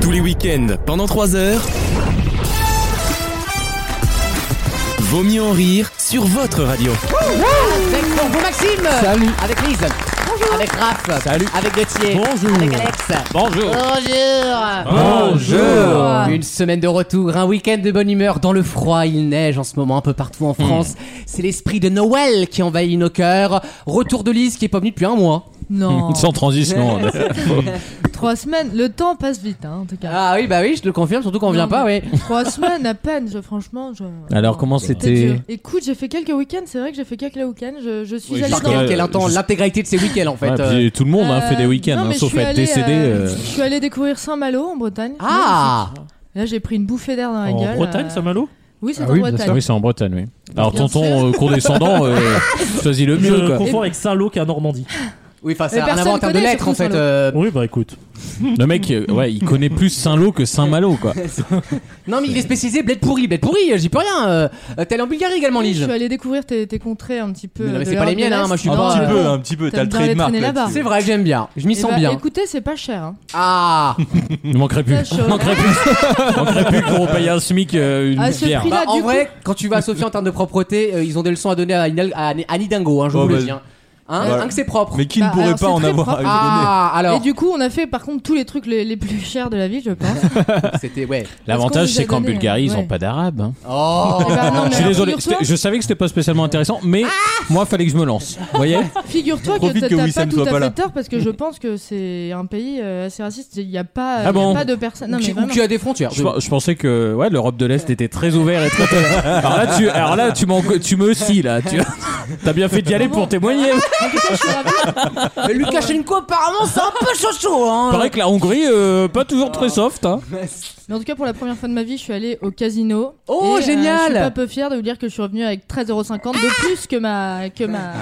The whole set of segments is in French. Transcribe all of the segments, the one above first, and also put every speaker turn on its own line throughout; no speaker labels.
Tous les week-ends, pendant 3 heures. Vaut mieux en rire sur votre radio.
Avec pour vous, Maxime
Salut.
Avec Lise Bonjour Avec Raph
Salut.
Avec Gauthier
Bonjour.
Avec Alex
Bonjour.
Bonjour
Bonjour.
Une semaine de retour, un week-end de bonne humeur dans le froid, il neige en ce moment un peu partout
Hmm.
en France. C'est l'esprit de Noël qui envahit nos cœurs. Retour de Lise qui est pas venue depuis un mois.
Non.
Sans transition. hein.
Trois semaines. Le temps passe vite, hein, en tout cas.
Ah oui, bah oui, je te le confirme, surtout qu'on vient pas, oui.
Trois semaines à peine, je- franchement. Je...
Alors comment
C'était dur.
c'était
Écoute, j'ai fait quelques week-ends. C'est vrai que j'ai fait quelques week-ends. Je, je suis
Oui,
allée
Par
parce que-
dans.
contre, qu'elle entend
je-
l'intégralité de ses week-ends en fait.
Ah,
Ouais,
Euh,
puis Tout le monde hein, fait des
Euh,
week-ends,
non,
hein,
mais
sauf
je suis
être
allée,
décédé.
euh,
euh,
Je suis allée découvrir Saint-Malo en Bretagne.
Ah
Là, j'ai pris une bouffée d'air dans la gueule. euh,
Saint-Malo
Oui, c'est
Ah
en
oui, bien
Bretagne.
Oui, c'est en Bretagne, oui. Alors,
Bien
tonton euh, condescendant, euh, choisis le mieux,
Je
quoi.
confonds avec Saint-Lô qui est en Normandie.
Oui, enfin, c'est
Mais
un
personne
inventaire de
connaît,
lettres en
surtout
fait.
sur le-
euh,
Oui, bah écoute.
Le mec, euh, ouais, il connaît plus Saint-Lô que Saint-Malo, quoi.
Non, mais il est spécialisé bled pourri, bled pourri, j'y peux rien. Euh, euh, T'es allé en Bulgarie également,
Oui, Je
Lige.
suis allée découvrir tes, tes contrées un petit peu.
Mais non, mais
de
c'est pas les
l'Europe de
miennes, hein,
l'Est.
moi, je suis
Ah,
pas-
non,
Un petit
non.
petit peu,
T'aimes bien les traîner là-bas.
C'est vrai que j'aime bien, je m'y
Eh
sens
bah,
bien.
Écoutez, c'est pas cher. hein.
Ah
Il manquerait plus.
Ça, je-
Il manquerait plus. Il manquerait plus qu'on repaye un SMIC euh, une
À Ah, ce
bière.
prix-là,
Bah, en
du
vrai, quand tu vas à Sofia en termes de propreté, euh, ils ont des leçons à donner à, Inal- à Anne- Annie Dingo, hein, je
Oh,
vous le
bah,
dis. Hein, Hein,
voilà.
hein, que c'est propre.
Mais qui
Bah,
ne pourrait
alors,
pas
c'est
en
très
avoir à
propre.
lui donner
Ah,
Et
alors,
du coup, on a fait par contre tous les trucs les, les plus chers de la ville, je pense.
c'était, ouais.
L'avantage,
Parce qu'on
c'est
nous a
qu'en
donné,
Bulgarie, ils
ouais.
n'ont pas d'arabe. hein.
Oh,
Eh ben, non, mais
Je suis
alors, figure-toi-
désolé,
Ah
c'était- je savais que c'était pas spécialement intéressant, mais moi, fallait que je me lance. Vous voyez
Figure-toi que
Profite
t'as
que
t'as pas
Wissem
tout
soit
à
pas là.
fait tort parce que je pense que c'est un pays euh, assez raciste. Il n'y a pas, il y a
bon
pas de personne. Non,
Ou
mais
qui, ou
vraiment.
qui a des frontières.
Je, pe- je pensais que ouais, l'Europe de l'Est était très ouverte et très. alors là, tu, alors là, tu, m'en- tu me scies là. Tu as bien fait d'y aller pour témoigner.
En tout cas, je suis ravie.
Mais Lukashenko, apparemment, c'est un peu chaud,
Il
hein.
paraît que la Hongrie, euh, pas toujours
Oh.
très soft. Hein.
Mais en tout cas, pour la première fois de ma vie, je suis allée au casino.
Oh,
Et, euh,
génial
Je suis pas peu fière de vous dire que je suis revenue avec 13,50€ de plus que ma, que ma,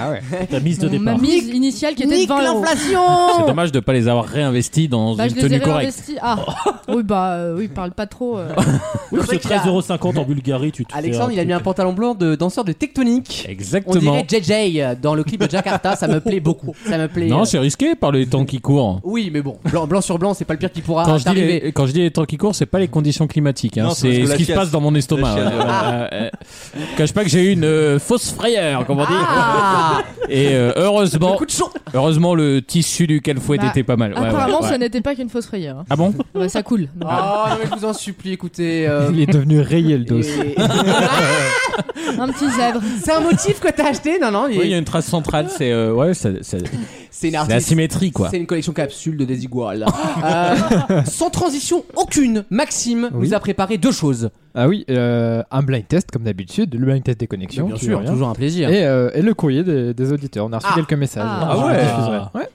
Ta mise de
mon- ma
départ.
mise initiale qui était de
Nique
20 euros.
C'est
l'inflation
dommage de pas les avoir réinvestis dans
Oh. Bah,
une
je les ai
tenue correcte.
réinvestis. Ah, oui, bah, euh, oui, parle pas trop. euh.
Oui,
Le
c'est
mec, il a-
13,50€ en Bulgarie, tu te fais
Alexandre,
un
il a mis un
truc.
pantalon blanc de danseur de tectonique. On
Exactement.
dirait JJ dans le clip de Jakarta, ça me plaît beaucoup. Ça me plaît. euh,
Non, c'est risqué par les temps qui courent.
Oui, mais bon, blanc, blanc sur blanc, c'est pas le pire qui pourra
Quand je, dis
t'arriver.
les, quand je dis les temps qui courent, c'est pas les conditions climatiques, hein,
Non, c'est
c'est
parce que
ce
la
qui se
chiasse-
passe dans mon estomac.
la chiasse,
hein. Euh, euh, cache pas que j'ai eu une euh, fausse frayeur, comme on dit.
Ah
Et euh, heureusement,
Coup de chaud
heureusement, le tissu du calfouet
Bah,
était pas mal. Ouais, ouais,
Apparemment,
ouais.
ça n'était pas qu'une fausse frayeur. hein.
Ah bon
Ouais, ça coule. Donc,
Oh non mais je vous en supplie, écoutez. euh,
Il est devenu rayé le dos.
et-
Ah, Un petit zèbre.
c'est un motif que t'as acheté Non, non, il-
Oui, il y a une trace centrale, c'est euh, ouais, ça- ça-
c'est une
c'est
artiste.
la symétrie quoi.
C'est une collection capsule de Desigual. Euh, sans transition aucune, Maxime
Oui.
nous a préparé deux choses.
Ah oui, euh, un blind test comme d'habitude, le blind test des connexions. qui est rien.
toujours un plaisir.
Et, euh, et le courrier des, des auditeurs. On a reçu
Ah.
quelques messages.
Ah.
Je Eh
Ah ouais.
les diffuserai. ouais.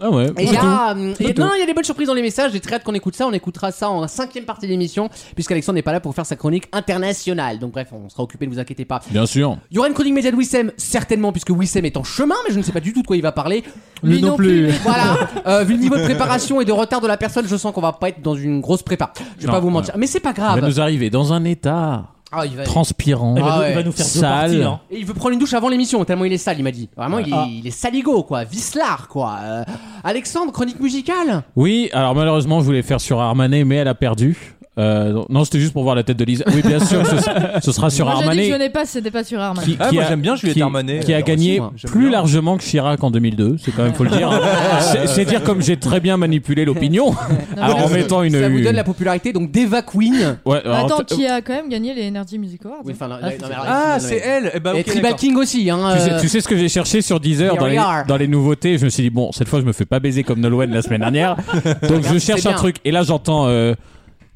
Ah ouais.
Et il y a, euh, il y a-
Plutôt.
non, il y a des bonnes surprises dans les messages. J'ai très hâte qu'on écoute ça. On écoutera ça en cinquième partie de l'émission, puisqu'Alexandre n'est pas là pour faire sa chronique internationale. Donc bref, on sera occupé, ne vous inquiétez pas.
Bien sûr.
Il y aura une chronique média de Wissem, certainement, puisque Wissem est en chemin, mais je ne sais pas du tout de quoi il va parler.
Lui non plus.
voilà. Euh, vu le niveau de préparation et de retard de la personne, je sens qu'on va pas être dans une grosse prépa. Je vais
Non,
pas vous mentir. Mais c'est pas
Il va
grave.
nous arriver dans un état
Ah, il, va...
transpirant.
Il va,
Ah
nous- il va
ouais.
nous faire deux
Sale.
parties. Hein.
Et il veut prendre une douche avant l'émission, tellement il est sale, il m'a dit. Vraiment, il, est,
Ah.
il est saligo, quoi. Vislard, quoi. Euh, Alexandre, chronique musicale
Oui, alors malheureusement, je voulais faire sur Armanet, mais elle a perdu. Euh, donc- non, c'était juste pour voir la tête de Lisa. Oui, bien sûr, ce, sera- ce sera sur
Moi, j'ai dit que je
Armanet.
n'ai pas, c'était pas sur Arman.
Qui,
Ah,
qui
moi,
a-
j'aime bien Juliette
qui-
Armanet.
Qui a
Alors,
gagné
aussi, moi,
j'aime
plus
bien.
largement que Chirac en 2002, c'est quand même, faut le dire. C'est- C'est dire comme j'ai très bien manipulé l'opinion. Alors en
mais-
mettant une.
Ça vous donne la popularité, donc d'Eva Queen.
Ouais, alors,
Attends,
t-
qui a quand même gagné les Energy Music Awards.
Oui, enfin, non,
Ah,
non, mais alors,
Ah,
non,
c'est
mais-
elle Eh ben,
Et
ok,
Tribal
d'accord.
King aussi, hein.
Tu sais,
euh,
tu sais ce que j'ai cherché sur Deezer
Here
dans
we
les,
are.
dans les nouveautés Je me suis dit, bon, cette fois je me fais pas baiser comme Nolwenn la semaine dernière. Donc je
c'est
cherche un
bien.
truc. Et là j'entends, euh,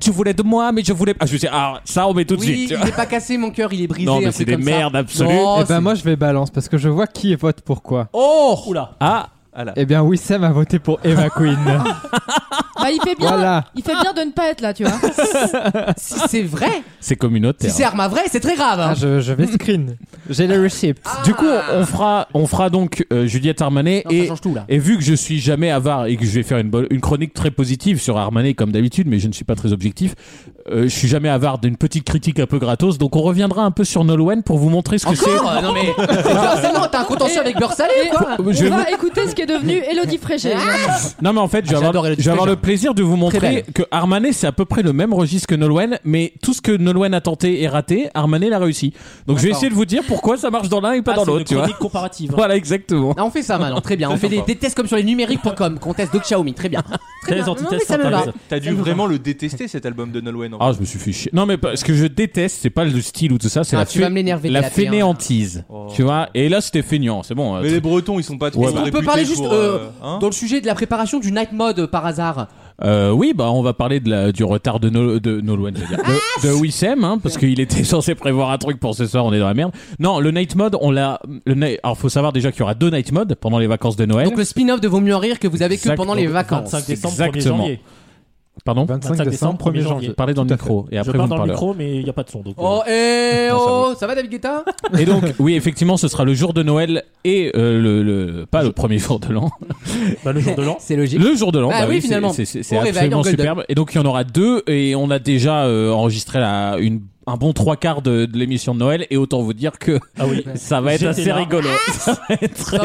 tu voulais de moi, mais je voulais pas. Ah, je me suis dit, ah, ça on met tout de
euh, Oui,
suite. tu
il
vois.
n'est pas cassé, mon cœur, il est brisé.
Non, mais
un
c'est
truc
des
comme ça.
merdes absolues.
Non,
Eh
Oh, c'est-
ben moi je vais balance parce que je vois qui vote pourquoi.
Oh
Oula.
Ah,
Ah là.
Eh bien Wissem a voté pour Eva Queen.
Bah, il fait bien.
voilà.
Il fait bien de ne pas être là, tu vois.
Si c'est vrai,
c'est
si
communautaire.
c'est arme à vrai, c'est très grave. hein.
Ah, je, je vais screen. J'ai le receipt.
Du coup, on fera, on fera donc euh, Juliette Armanet
Non, ça
et.
change tout là.
Et vu que je suis jamais avare et que je vais faire une, bonne- une chronique très positive sur Armanet comme d'habitude, mais je ne suis pas très objectif, euh, je suis jamais avare d'une petite critique un peu gratos, donc on reviendra un peu sur Nolwenn pour vous montrer ce que c'est.
Encore Non mais c'est genre, c'est non, t'as un contentieux avec beurre salé ou quoi
Je
On
vais vous-
va écouter ce qui est devenu Elodie Frégé.
Non mais en fait, je vais
Ah,
avoir,
j'adore Elodie
je vais avoir
Frégé.
le plaisir de vous montrer
belle.
que Armanet, c'est à peu près le même registre que Nolwenn, mais tout ce que Nolwenn a tenté et raté, Armanet l'a réussi. Donc je vais
D'accord.
essayer de vous dire pourquoi ça marche dans l'un et pas
Ah,
dans
c'est
l'autre,
une
tu vois.
chronique comparative. hein.
Voilà, exactement.
Ah, on fait ça maintenant, très bien. On fait des, des tests comme sur les numériques.com, qu'on teste de Xiaomi, très bien. Très
Les
bien.
antithèses
Non, mais ça me va.
s'intéressent.
T'as dû vraiment le détester cet album de Nolwenn. en
Ah, je me suis fait chier. Non, mais pas- ce que je déteste, c'est pas le style ou tout ça, c'est
Ah,
la,
tu vas
fé-
me l'énerver,
la
t'es la paix, hein.
fainéantise.
Oh.
Tu vois Et là, c'était feignant, c'est bon.
Mais les Bretons, ils sont pas trop.
Ouais, bah.
On
réputés
peut parler juste
pour,
euh,
hein
dans le sujet de la préparation du night mode euh, par hasard.
Euh, oui, bah, on va parler de la- du retard de, Nol- de Nolwenn, je veux dire. De, de Wissem, hein, parce qu'il était censé prévoir un truc pour ce soir, on est dans la merde. Non, le night mode, on l'a. le ni- Alors, faut savoir déjà qu'il y aura deux night modes pendant les vacances de Noël.
Donc le spin-off de Vaut mieux en rire que vous avez que
Exact.
pendant les vacances.
25 décembre, 1er
Exactement.
janvier.
Pardon
25 décembre, 1er janvier.
Parlez dans le
bah, Tout à fait.
micro, et
Je
après, vous
parle
me
dans le
parlerez.
micro, mais il n'y a pas de son. Donc, euh,
Oh, eh,
Non, ça
oh, ça va David Guetta
Et donc, oui, effectivement, ce sera le jour de Noël et euh, le, le- pas le premier jour de l'an,
bah, le jour de l'an.
C'est logique.
le jour de l'an. bah
Ah oui,
c'est-
finalement.
c'est c'est- c'est
Au réveil,
absolument
en golden.
superbe. Et donc il y en aura deux et on a déjà euh, enregistré la, une, un bon trois quarts de, de l'émission de Noël et autant vous dire que
Ah oui.
ça va être
J'étais
assez
là.
rigolo.
Ça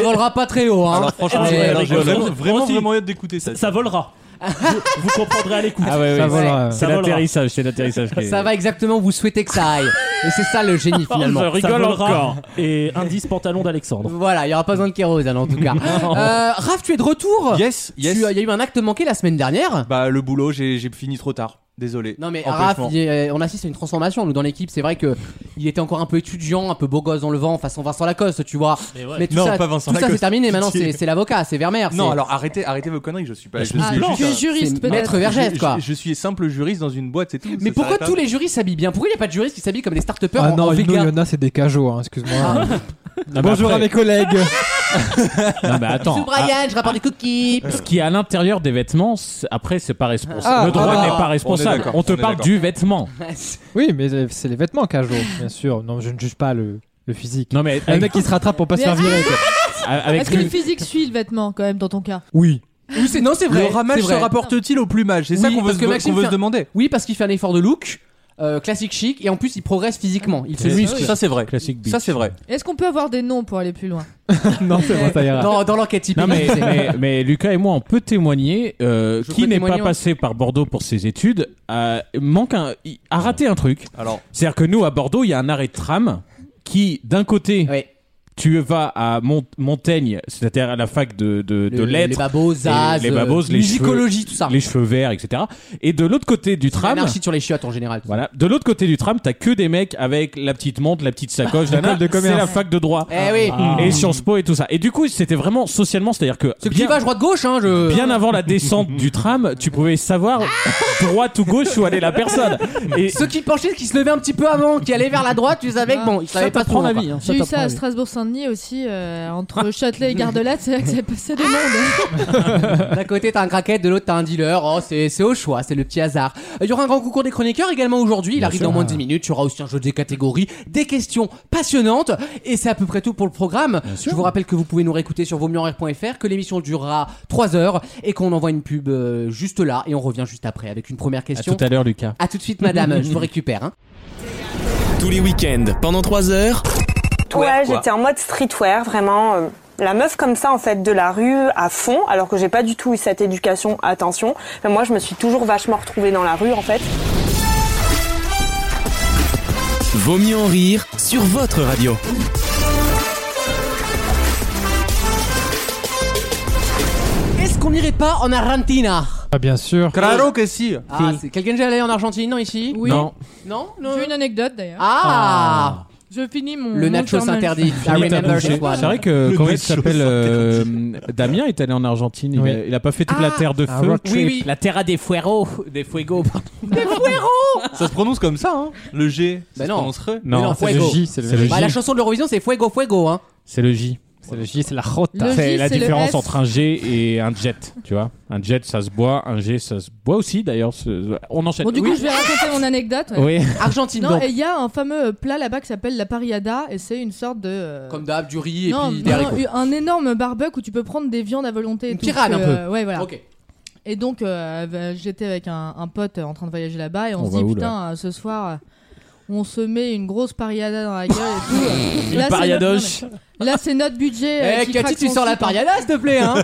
volera pas très haut, hein.
Alors franchement,
Eh,
Mais-
j'ai
ouais,
j'ai
rigolo.
vraiment, vraiment,
Aussi.
vraiment hâte d'écouter ça.
Ça, ça volera. vous, vous comprendrez à l'écoute.
Ah ouais, ouais,
Ça euh,
c'est-
voilà.
c'est
Ça volera.
l'atterrissage, c'est l'atterrissage. qui est-
Ça va exactement où vous souhaitez que ça aille. Et c'est ça le génie
Oh,
finalement.
je rigole
volera.
encore.
Et indice pantalon d'Alexandre.
Voilà, il n'y aura pas besoin de kérosène en tout cas. euh, Raph, tu es de retour
Yes,
Tu as-
yes.
Il y a eu un acte manqué la semaine dernière
Bah le boulot, j'ai j'ai fini trop tard. Désolé.
non mais Raph,
Empêchement.
il est- on assiste à une transformation nous dans l'équipe. C'est vrai que il était encore un peu étudiant, un peu beau gosse dans le vent, façon Vincent Lacoste, tu vois.
Mais ouais.
tout
Non,
ça,
pas Vincent
tout ça c'est
Lacoste,
terminé. Maintenant
pitié.
c'est c'est l'avocat, c'est Vermeer.
Non,
c'est-
alors arrêtez, arrêtez vos conneries. Je suis pas.
Bah,
je
je me
Ah,
suis
plante.
tu es
juste-
c'est
juriste peut-être.
Maître Vergès
je-
quoi.
Je, je suis simple juriste dans une boîte, c'est tout.
Mais
Ça
pourquoi
s'arrête
tous les jurys s'habillent bien Pourquoi il n'y a pas de juristes qui s'habillent comme des start-upers
Ah
en,
non,
en
nous, il
vegan
y en a, c'est des cajots, hein, excuse-moi.
Non, mais
Bonjour à
après-
mes collègues.
Non, mais attends.
Sous Brian, je rapporte des cookies.
Ce qui est à l'intérieur des vêtements, c'est- après, c'est pas responsable.
Ah,
le droit
voilà.
n'est pas
On est
responsable.
d'accord,
On, te
on est
parle
d'accord.
du vêtement.
Oui, mais euh, c'est les vêtements cajots, bien sûr. Non, je ne juge pas le, le physique.
Non, mais
Un
avec,
mec qui se rattrape pour pas se
Mais-
faire virer. quoi.
avec
Est-ce que
le-
le physique suit le vêtement quand même dans ton cas
Oui.
Ou c'est non, c'est
Le
vrai.
ramage
c'est
se
vrai.
rapporte-t-il au plumage C'est ça
Oui,
qu'on veut,
parce
se-
que Maxime
qu'on veut se
fait-
demander.
Oui, parce qu'il fait un effort de look. euh, classique chic et en plus il progresse physiquement il se
C'est-
muscle
Ça c'est vrai.
Classique
Ça
bitch.
c'est vrai.
Est-ce qu'on peut avoir des noms pour aller plus loin
Non, c'est bon, ça ira.
dans, dans l'enquête typique
Non, mais,
c'est-
mais, mais Lucas et moi, on peut témoigner euh,
Je
qui
peux
n'est
témoigner,
pas
ouais.
passé par Bordeaux pour ses études euh, manque un, il a raté un truc.
Alors,
C'est-à-dire que nous, à Bordeaux, il y a un arrêt de tram qui, d'un côté,
Ouais.
tu vas à Mont- Montaigne, c'est-à-dire à la fac de, de, de
Le- les
lettres,
babos zaz,
les babos,
euh,
les
musicologie tout ça
les cheveux verts, etc. Et de l'autre côté du tram,
L'anarchie sur les chiottes en général
Voilà. De l'autre côté du tram, t'as que des mecs avec la petite montre, la petite sacoche, la
École de
c'est
commerce.
la fac de droit.
eh oui
Ah.
Et Sciences Po et tout ça. Et du coup, c'était vraiment socialement, c'est-à-dire que
ce petit
bien,
va droite gauche hein je
bien avant la descente du tram, tu pouvais savoir
Ah.
droite ou gauche où allait la personne. Et
ceux qui penchaient qui se levaient un petit peu avant qui allaient vers la droite tu savais que bon ils savaient pas trop
t'apprend la
quoi.
vie, hein.
J'ai eu
t'apprend
ça
la
à
vie.
Strasbourg-Saint-Denis aussi, euh, entre Châtelet et Gardelette, c'est là que ça passé de monde.
D'un côté, t'as un craquette, de l'autre, t'as un dealer. Oh, c'est c'est au choix, c'est le petit hasard. Euh, Il y aura un grand concours des chroniqueurs également aujourd'hui. Il arrive dans moins de 10 minutes. Tu auras aussi un jeu des catégories, des questions passionnantes. Et c'est à peu près tout pour le programme. Je vous rappelle que vous pouvez nous réécouter sur vosmieuxenrire.fr, que l'émission durera 3 heures et qu'on envoie une pub euh, juste là. Et on revient juste après avec une première
À
question.
tout à l'heure, Lucas.
À tout de suite, madame. Je vous récupère. hein.
Tous les week-ends, pendant 3 heures.
Ouais,
quoi.
j'étais en mode streetwear, vraiment. euh, La meuf comme ça, en fait, de la rue à fond, alors que j'ai pas du tout eu cette éducation, attention. Mais moi, je me suis toujours vachement retrouvée dans la rue, en fait.
Vaut mieux en rire sur votre radio.
Est-ce qu'on n'irait pas en Argentina
Ah, bien sûr.
claro que si.
Ah, c'est quelqu'un déjà allé en Argentine, non, ici
Oui.
Non.
Non, non.
J'ai une anecdote d'ailleurs.
Ah,
Je finis mon.
Le
mon
nacho
journal.
s'interdit. I
Fini ta
remember
bouchée.
this one.
C'est vrai que
Le
comment il
nacho
s'appelle euh, Damien est allé en Argentine. Il,
Oui.
a, il a pas fait toute la
Ah.
terre de
Un
feu.
road trip.
oui.
La terra des fueros, des fuego.
Ça se prononce comme ça, hein Le G.
Bah
Ça se
non.
prononce re.
Mais non,
Non,
C'est le
fuego.
J, c'est
C'est
le
le
J.
Bah, la chanson de l'Eurovision, c'est Fuego Fuego. Hein.
c'est le J.
C'est le J, c'est la rota.
Le
C'est
J,
la
c'est le
différence
S.
entre un G et un jet, tu vois. Un jet, ça se boit, un G, ça se boit aussi, d'ailleurs. ce- On enchaîne.
Bon, du Eh coup,
Oui.
je vais raconter mon anecdote. ouais.
Oui.
Argentine,
Non,
donc.
et il y a un fameux plat là-bas qui s'appelle la pariada, et c'est une sorte de. euh,
Comme d'hab, du riz et
non, euh,
puis des
non,
haricots.
un énorme barbecue où tu peux prendre des viandes à volonté. et
Une
tout,
pirade,
parce
un
que,
peu.
euh, ouais, voilà.
Ok.
Et bah, donc, euh, j'étais avec un, un pote euh, en train de voyager là-bas et on,
On
se
va
dit,
où, là
putain, euh, ce soir, euh, où on se met une grosse pariada dans la gueule et tout. Là, c'est-
pariadoche.
non, mais Là, c'est notre budget. euh,
Eh,
qui
Cathy,
craque
tu
son
sors la
slip, hein.
pariada, s'il te plaît, hein
Et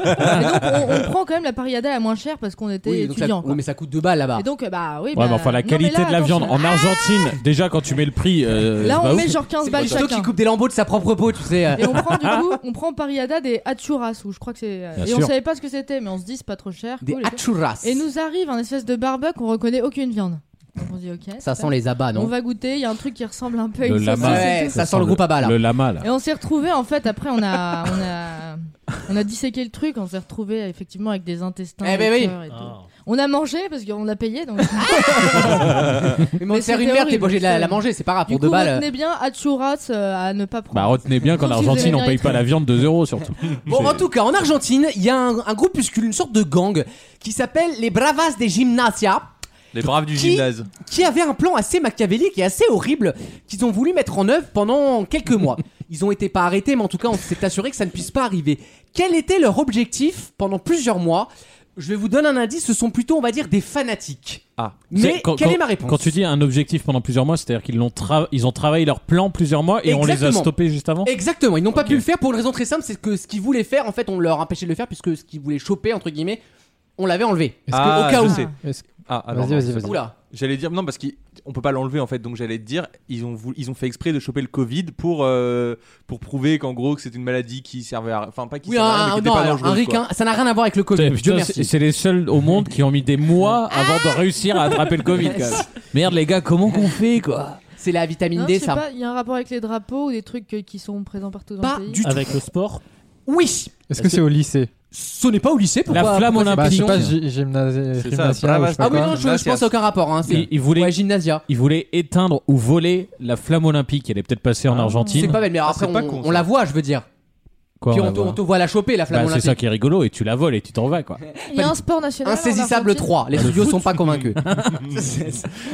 donc, on, on prend quand même la pariada la moins chère parce qu'on était
Oui, donc ça-
étudiant.
oui, mais ça coûte deux balles là-bas.
Et donc, euh, bah oui.
Ouais,
bah,
mais enfin, la
non, mais
qualité
là,
de la
attention. Ah
viande en Argentine, déjà quand tu mets le prix. euh,
Là,
c'est
on
pas
met
ouf.
genre 15
C'est
balles
plutôt
chacun.
qui coupe des lambeaux de sa propre peau, tu sais. euh,
Et on prend du coup, on prend pariada des achuras ou je crois que c'est.
Ah. Bien
Et on
sûr.
savait pas ce que c'était, mais on se dit c'est pas trop cher.
Des
cool et tout.
achurras.
Et nous arrive un espèce de barbec, on reconnaît aucune viande. Donc on se dit ok.
Ça sent les abats,
On
Ah non Bah
va goûter, il y a un truc qui ressemble un peu à
Le
une
lama.
saucisse et
Ouais,
tout.
ça sent le groupe à bas, là.
Le lama, là.
Et on s'est retrouvé en fait après on a on a on a disséqué le truc, on s'est retrouvé effectivement avec des intestins,
Eh
des
ben oui.
cœurs et tout. On a mangé parce qu'on a payé donc.
Mais on
Mais
te sert
c'était
une merde, t'es
horrible,
obligé de la,
ça.
la manger, c'est pas grave,
du
pour
coup,
deux balles.
retenez bien achuras euh, à ne pas prendre.
Bah, retenez bien qu'en
Sauf si vous
Argentine,
avez
on paye
mérité.
pas la viande de zéro, surtout.
Bon, en tout cas, en Argentine, il y a un, un groupuscule, une sorte de gang, qui s'appelle les Bravas des Gymnasia.
Les braves du
Qui
gymnase.
qui avait un plan assez machiavélique et assez horrible qu'ils ont voulu mettre en œuvre pendant quelques mois. Ils ont été pas arrêtés, mais en tout cas, on s'est assuré que ça ne puisse pas arriver. Quel était leur objectif pendant plusieurs mois Je vais vous donner un indice, ce sont plutôt, on va dire, des fanatiques.
Ah.
Mais
C'est- quand-
quelle
quand-
est ma réponse
Quand tu dis un objectif pendant plusieurs mois, c'est-à-dire qu'ils l'ont tra- ils ont travaillé leur plan plusieurs mois et on les a
Exactement.
stoppés juste avant
Exactement, ils n'ont pas pu le faire pour une raison très simple, c'est que ce qu'ils voulaient faire, en fait, on leur empêchait de le faire puisque ce qu'ils voulaient choper, entre guillemets, on l'avait enlevé.
Est-ce que-
Ah,
au cas
je
où.
sais.
Est-ce-
Ah, ah, non,
Vas-y,
non,
vas-y,
c'est
vas-y.
bon.
Oula.
J'allais dire non parce qu'on peut pas l'enlever en fait donc j'allais te dire ils ont voulu- ils ont fait exprès de choper le Covid pour euh, pour prouver qu'en gros que c'est une maladie qui servait à enfin pas qui
Oui, un,
servait à rien, mais qui était
non,
pas
alors,
dangereuse,
un
quoi.
ricain, ça n'a rien à voir avec le Covid.
Putain,
Dieu
c'est
merci.
c'est les seuls au monde qui ont mis des mois avant de réussir à attraper le Covid. quand même. Merde les gars, comment qu'on fait quoi
C'est la vitamine
Non, Hein, je
D,
sais
ça.
pas, il y a un rapport avec les drapeaux ou des trucs euh, qui sont présents partout dans
Pas
le pays.
du tout.
Avec le sport.
Oui,
Est-ce que c'est au lycée
ce n'est pas au lycée, pourquoi
La flamme
pourquoi c'est
Bah, je sais
olympique.
pas, gy- gymnasi-
C'est ça,
gymnasien ou je sais
Ah
Ah
pas
oui,
quoi.
non, je, je pense à aucun rapport. Hein, c'est
Ils, ils voulaient,
ouais, gymnasia.
ils voulaient éteindre ou voler la flamme olympique. Elle est peut-être passée en Argentine.
Ah. C'est pas belle, mais après,
c'est pas
on,
con,
on
ça.
la voit, je veux dire.
Quoi,
Puis
on
on,
la
te-
voit
on te voit la choper, la flamme
Bah, c'est ça
olympique.
qui est rigolo et tu la voles et tu t'en vas quoi.
Il y a un sport national. en
Insaisissable
Argentine.
3. Les studios sont pas convaincus.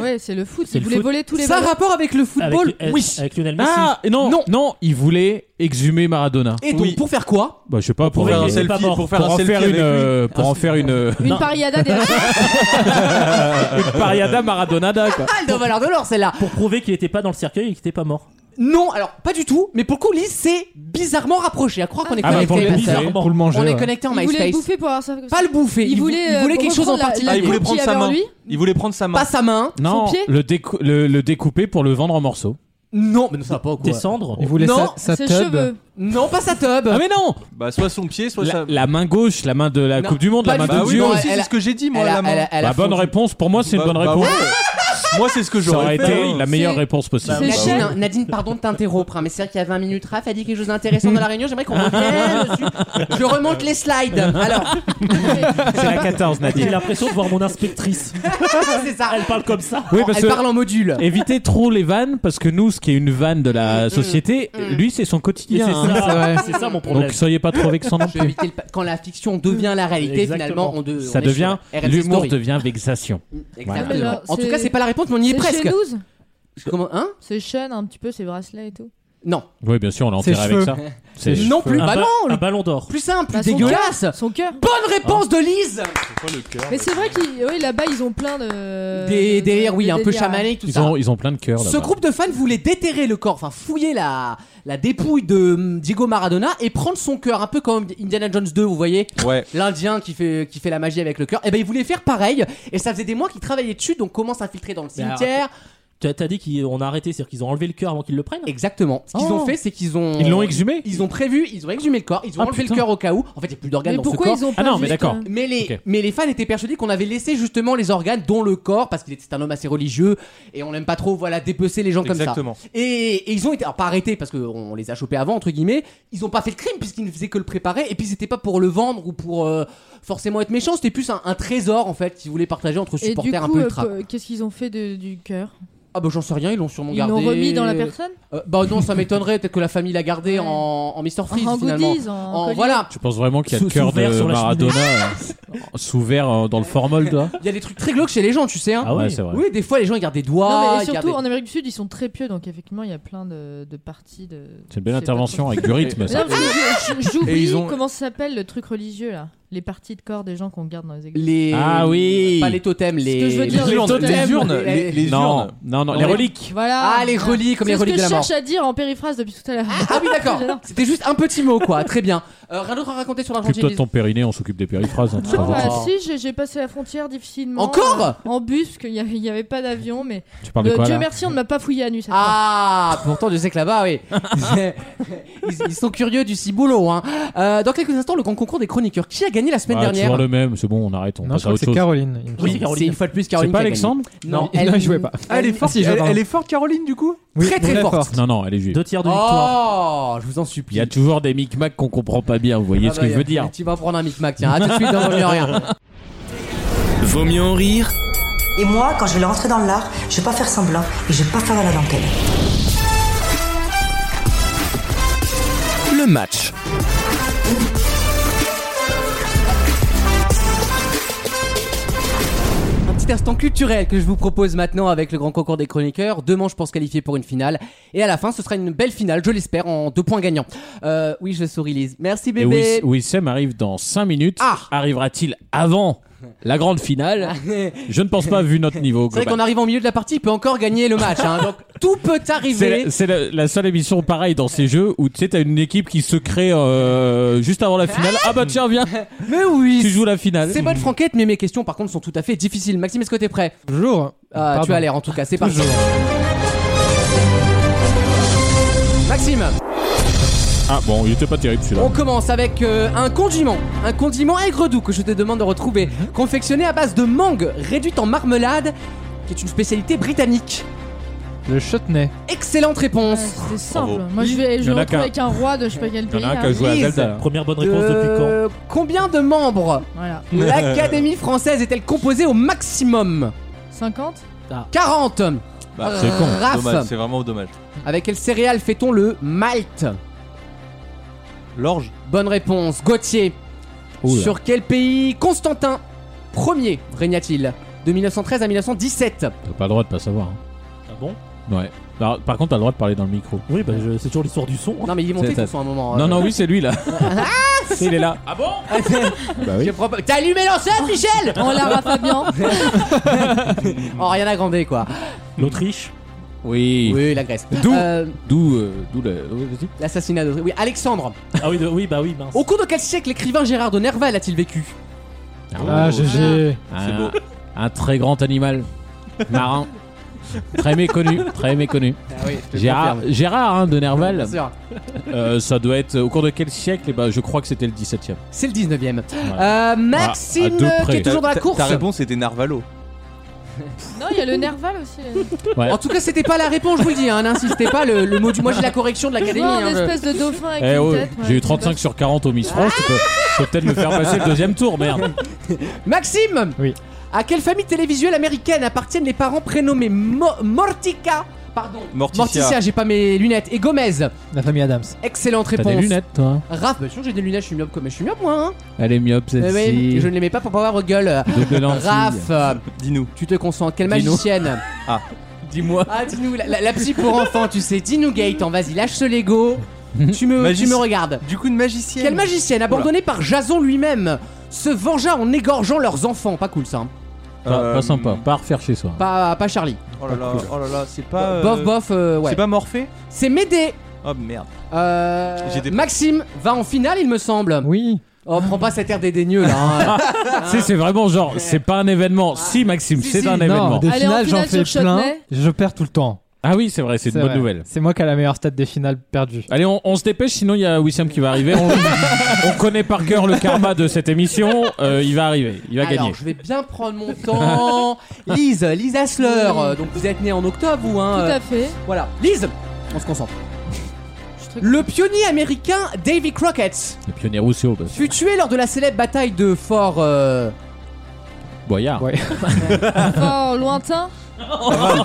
Ouais, c'est le foot. Ils
C'est le
voulaient
foot.
voler tous les
ça a
ballons.
rapport avec le football
Avec, euh,
Oui.
avec Lionel Messi.
Ah non,
Non.
non, ils voulaient exhumer Maradona.
Et donc,
Oui.
pour faire quoi
Bah je sais pas pour,
pour faire
les-
un
il est pas
selfie
mort.
pour
pour
faire un
en
selfie
faire
avec
une
lui. Ah,
euh, pour en faire une euh,
Une pariada des
une pariada Maradonada quoi.
Ah, elle doit valoir de l'or, celle-là.
Pour prouver qu'il était pas dans le cercueil et qu'il était pas mort.
Non, alors, pas du tout. Mais pour le coup, Lise, c'est bizarrement rapproché. À croire qu'on est
Ah bah, pour
connecté,
le
ma
coup,
sœur.
bizarrement.
Pour le manger.
On est
ouais.
connecté en
Il voulait le
MySpace.
bouffer pour avoir ça.
Pas le bouffer.
Il voulait,
il
euh,
voulait quelque chose en
reprendre
particulier.
la-
Ah, il
la-
voulait
Qui
prendre
avait
sa
en
main.
lui
Il voulait prendre sa main.
Pas sa main.
Non,
pied
le, décou- le, le découper pour le vendre en morceaux.
Non, mais non, ça va pas au quoi.
Descendre.
Il voulait
Non,
sa, sa
ses
tub.
cheveux.
Non, pas sa tub.
Ah mais non
Bah soit son pied soit
la,
sa
la main gauche, la main de la
Non,
Coupe du Monde,
pas
la main
du
de
Bah
tout.
oui,
Dieu.
Non,
moi aussi,
elle a-
c'est ce que j'ai dit moi
Elle a-
la main.
elle a- elle a
La Bah, bonne
fondu.
réponse, pour moi c'est une
Bah-
bonne
bah
réponse.
ouais. Moi c'est ce que
Ça aurait
j'aurais fait.
été
hein.
la meilleure
C'est-
réponse possible.
c'est
bah
Nadine,
ouais.
Nadine, pardon de t'interrompre, hein, mais c'est vrai qu'il y a 20 minutes, Raph a dit quelque chose d'intéressant dans la réunion, j'aimerais qu'on revienne dessus. Je remonte les slides. Alors,
C'est la 14
J'ai
Nadine.
l'impression de voir mon inspectrice.
ah, c'est ça.
Elle parle comme ça.
Oui, parce
Elle
que
parle en module.
évitez trop les vannes parce que nous ce qui est une vanne de la société, lui c'est son
Et
quotidien.
c'est
hein.
ça, c'est ça mon problème.
Donc soyez pas trop vexant non
Je
plus.
vais éviter le pa- Quand la fiction devient la réalité,
Exactement.
finalement, on de-
Ça
on est
devient
sur RMC
l'humour
Story.
devient vexation.
Exactement.
Voilà. Alors,
En tout
c'est-
cas, c'est pas la réponse, mais on y est,
C'est
presque.
chez nous.
Je- Comment Hein
C'est chaîne un petit peu, ses bracelets et tout.
Non.
Oui, bien sûr, on l'a
Ses
enterré avec
cheveux.
ça. C'est
Non plus.
Un
Bah
ba-
non.
un
le
ballon d'or.
Plus simple, plus
Bah, son
dégueulasse.
Son cœur.
Bonne réponse
Hein
de Lise.
Pourquoi le cœur
Mais c'est vrai qu'ils, oui, là-bas, ils ont plein de.
Des délires, oui,
Euh, des
un peu
délires.
chamanique, tout
Ils
ça.
ont, ils ont plein de cœur.
Ce
là-bas.
groupe de fans voulait déterrer le corps, enfin fouiller la, la dépouille de hum, Diego Maradona et prendre son cœur, un peu comme Indiana Jones 2, vous voyez
Ouais.
L'Indien qui fait, qui fait la magie avec le cœur. Et ben il voulait faire pareil, et ça faisait des mois qu'il travaillait dessus, donc comment s'infiltrer dans le
Mais alors,
cimetière
T'as t'as dit qu'on a arrêté, c'est-à-dire qu'ils ont enlevé le cœur avant qu'ils le prennent
Exactement. Ce qu'ils ont
Oh.
fait, c'est qu'ils ont.
Ils l'ont exhumé
Ils ont prévu, ils ont exhumé le corps, ils ont
Ah,
enlevé
putain.
le cœur au cas où. En fait, il n'y a plus d'organes
Mais
dans ce corps.
pourquoi ils ont pas
Ah non, mais
juste,
d'accord.
euh,
Mais les,
Ok.
mais les fans étaient persuadés qu'on avait laissé justement les organes, dont le corps, parce qu'il était un homme assez religieux et on n'aime pas trop voilà dépecer les gens comme ça.
Exactement.
Et, et ils ont été alors pas arrêtés parce qu'on les a chopés avant entre guillemets. Ils ont pas fait le crime puisqu'ils ne faisaient que le préparer et puis c'était pas pour le vendre ou pour euh, forcément être méchant. C'était plus un, un trésor en fait qu'ils voulaient partager entre
Et du
supporters un
coup,
peu
euh,
ultra.
peu- qu'est-ce qu'ils ont fait de- du cœur
Ah bah j'en sais rien, ils l'ont sûrement
Ils
gardé.
l'ont remis dans la personne
Euh, bah non, ça m'étonnerait peut-être que la famille l'a gardé
Ouais.
en, en Mister Freeze
En
finalement.
goodies, en,
En-
collier.
voilà,
Je pense vraiment qu'il y a le
Sous-
cœur
sous-vert
de
sur la
Maradona euh, sous verre euh, dans le formol, toi.
il y a des trucs très glauques chez les gens, tu sais hein.
Ah oui.
Ouais, c'est vrai.
Oui, des fois les gens ils gardent des
Non,
doigts,
mais et
Ah, ils
surtout,
gardent des-
en Amérique du Sud, ils sont très pieux, donc effectivement, il y a plein de, de parties de.
C'est une
je sais
belle
pas
intervention
trop.
avec du rythme.
Mais
ça.
non, parce que je- je-
Et ils
J'oublie
ont-
comment ça s'appelle le truc religieux là. les parties de corps des gens qu'on garde dans les églises.
Les...
Ah oui.
Pas les totems, les.
que je veux dire,
les
les
urnes,
totems.
les urnes, les- les-
non, non, non, les reliques.
Voilà.
Ah, les reliques, comme les reliques de
C'est
la
ce que
mort.
je cherche à dire en périphrase depuis tout à l'heure.
Ah oui, d'accord. C'était juste un petit mot, quoi. Très bien. Euh, rien d'autre à raconter sur l'Argentine.
Occupe-toi de ton périnée, on s'occupe des périphrases. hein, tu
Non,
seras gentil.
bah, si, j'ai- j'ai passé la frontière difficilement.
Ah. Encore
euh, En bus, parce qu'il n'y avait pas d'avion, mais
Tu parles de
euh,
quoi
Dieu
là
merci, on ne m'a pas fouillé à nu cette fois.
Ah, pourtant je sais que là-bas, oui. ils, ils sont curieux du ciboulot. Hein. Euh, dans quelques instants, le grand concours des chroniqueurs. Qui a gagné la semaine
Ouais,
dernière
Toujours Ah, le même, c'est bon, on arrête, on
Non,
passe à
je crois que
autre
c'est
chose.
Caroline. il me
Oui,
semble.
c'est une fois de plus Caroline.
C'est pas
qui a gagné.
Alexandre
Non,
Non, il jouait pas.
Ah, elle est forte,
Si, je
elle,
vois.
elle est forte, Caroline, du coup
Oui,
très, très
on est
forte.
Non, non, elle est juive.
Deux tiers de victoire.
Oh, je vous en supplie.
Il y a toujours des micmacs qu'on comprend pas bien, vous voyez
Ah bah,
ce que je
y a-
veux dire
Tu vas prendre un micmac, tiens. À tout de suite dans Vaut mieux rien.
Vaut mieux en rire
Et moi, quand je vais rentrer dans l'art, je vais pas faire semblant et je vais pas faire la dentelle.
le match.
Un petit instant culturel que je vous propose maintenant avec le grand concours des chroniqueurs. Deux manches pour se qualifier pour une finale. Et à la fin, ce sera une belle finale, je l'espère, en deux points gagnants. Euh, oui, je souris, Lise. Merci,
Et
bébé.
Wiss- Wissem arrive dans 5 minutes.
Ah
Arrivera-t-il avant la grande finale Je ne pense pas, vu notre niveau.
C'est vrai
global.
qu'on arrive en milieu de la partie, il peut encore gagner le match. hein. Donc tout peut
C'est
arriver.
la, c'est la- la seule émission pareille dans ces jeux où tu sais, t'as une équipe qui se crée euh, juste avant la finale. Ah bah tiens, viens,
Mais oui.
tu joues la finale.
C'est bonne franquette, mais mes questions par contre sont tout à fait difficiles. Maxime, est-ce que t'es prêt
Toujours.
Ah, Tu
Pardon.
as l'air en tout cas, c'est parti. Maxime,
Ah bon, il était pas terrible celui-là.
on commence avec euh, un condiment, un condiment aigre-doux que je te demande de retrouver, confectionné à base de mangue réduite en marmelade, qui est une spécialité britannique.
Le chutney.
Excellente
Ouais,
réponse.
C'était simple.
Bravo.
Moi, je vais,
Il
je
y en a
vais retrouver
qu'un.
avec un roi de je sais pas quel
Il y
pays.
en a un qui
là.
a joué à
Lise.
Zelda. hein.
Première bonne réponse depuis quand
Ah. Euh, Combien de membres
Voilà.
L'Académie française est-elle composée au maximum
50
40
Ah.
Bah,
c'est con.
Raph,
Dommage, c'est vraiment dommage.
avec quelle céréale fait-on le malt
L'orge
Bonne réponse, Gauthier.
Oula.
Sur quel pays Constantin Ier régna-t-il De 1913 à 1917.
T'as pas le droit de pas savoir. hein.
Ah bon
Ouais. Par, par contre, t'as le droit de parler dans le micro.
Oui, bah, je- c'est toujours l'histoire du son.
Non mais il est monté
C'est-
tout son un moment.
Non,
euh.
non, oui, c'est lui là. il est là. Ah bon Bah oui. Oh.
Je prends pas- T'as allumé l'enceinte, Michel
On l'a à Fabien.
Oh, rien à glander, quoi.
L'Autriche.
Oui.
Oui, la Grèce.
D'où
Euh,
D'où euh, d'où le. oui, vas-y.
L'assassinat de... Oui, Alexandre.
Ah oui, de- oui, bah oui, mince.
Au cours de quel siècle l'écrivain Gérard de Nerval a-t-il vécu
Ah, GG.
Un-
beau.
Un très grand animal marin. très méconnu, très méconnu.
Ah oui, je te le
Gérard,
confirme.
Gérard hein, de Nerval,
Bien sûr.
euh, ça doit être au cours de quel siècle Eh ben, Je crois que c'était le 17 e
C'est le 19ème. Euh, Maxime,
Ah, deux près.
qui est toujours dans la
Ta- ta-
course.
Ta réponse était Narvalo.
Non, il y a le Nerval aussi. là.
Ouais.
En tout cas, c'était pas la réponse, je vous le dis. hein, N'insistez pas, le, le mot du. Moi, j'ai la correction de
Je
l'académie.
vois un
hein, je-
espèce de dauphin avec
Eh
une
oh,
tête. ouais,
j'ai eu
qui
35 sur 40 au Miss France, tu peux, tu peux peut-être me faire passer le deuxième tour, merde.
Maxime
Oui.
À quelle famille télévisuelle américaine appartiennent les parents prénommés Mo- Mortica Pardon.
Morticia.
j'ai pas mes lunettes. Et Gomez.
La famille Adams.
Excellente
T'as
réponse.
des lunettes, toi
Raph, bah, sûr, j'ai des lunettes, je suis myope, mais je suis myope, moi. hein.
Elle est myope,
Eh oui,
celle-ci.
je ne les mets pas pour pas avoir vos gueules.
Double lentille.
Raph, euh,
Dis-nous.
tu te concentres. Quelle
Dis-nous.
magicienne
Dis-moi.
Ah, dis-nous, la, la, la psy pour enfants, tu sais. Dis-nous, Gaëtan, vas-y, lâche ce Lego. tu, me, tu
Magici-
me regardes.
Du coup, une magicienne.
Quelle magicienne, abandonnée par Jason lui-même, se vengea en égorgeant leurs enfants. Pas cool, ça. hein.
Pas,
Euh,
pas sympa, pas à refaire chez soi.
Pas, pas Charlie.
Oh là là, oh là là, c'est pas. euh,
bof, bof, euh, ouais.
C'est pas Morphée
C'est Médée.
Oh merde.
Euh,
J'étais-
Maxime va en finale, il me semble.
Oui.
Oh, prends pas cet air dédaigneux là. hein.
C'est, c'est vraiment genre, c'est pas un
ah.
événement. Si, Maxime,
Si,
c'est
si,
un
non,
événement.
des
Allez, en
finales, j'en
finale
fais
sur
plein.
Chutney.
Je perds tout le temps.
Ah oui, c'est vrai, c'est, une bonne
vrai.
nouvelle.
C'est moi qui a la meilleure stat des finales perdues.
Allez, on, on se dépêche, sinon il y a Wissam qui va arriver. On, on connaît par cœur le karma de cette émission. Euh, il va arriver, il va
Alors,
gagner.
je vais bien prendre mon temps. Lise, Lise Hassler. euh, Donc, vous êtes né en octobre ou
Tout
hein euh,
à fait.
Voilà. Lise, on se concentre.
Je suis très-
Le pionnier américain Davy Crockett
Le pionnier Rousseau, bah, parce que-
fut tué lors de la célèbre bataille de Fort. euh,
Boyard.
Ouais.
Fort lointain.
Pas mal,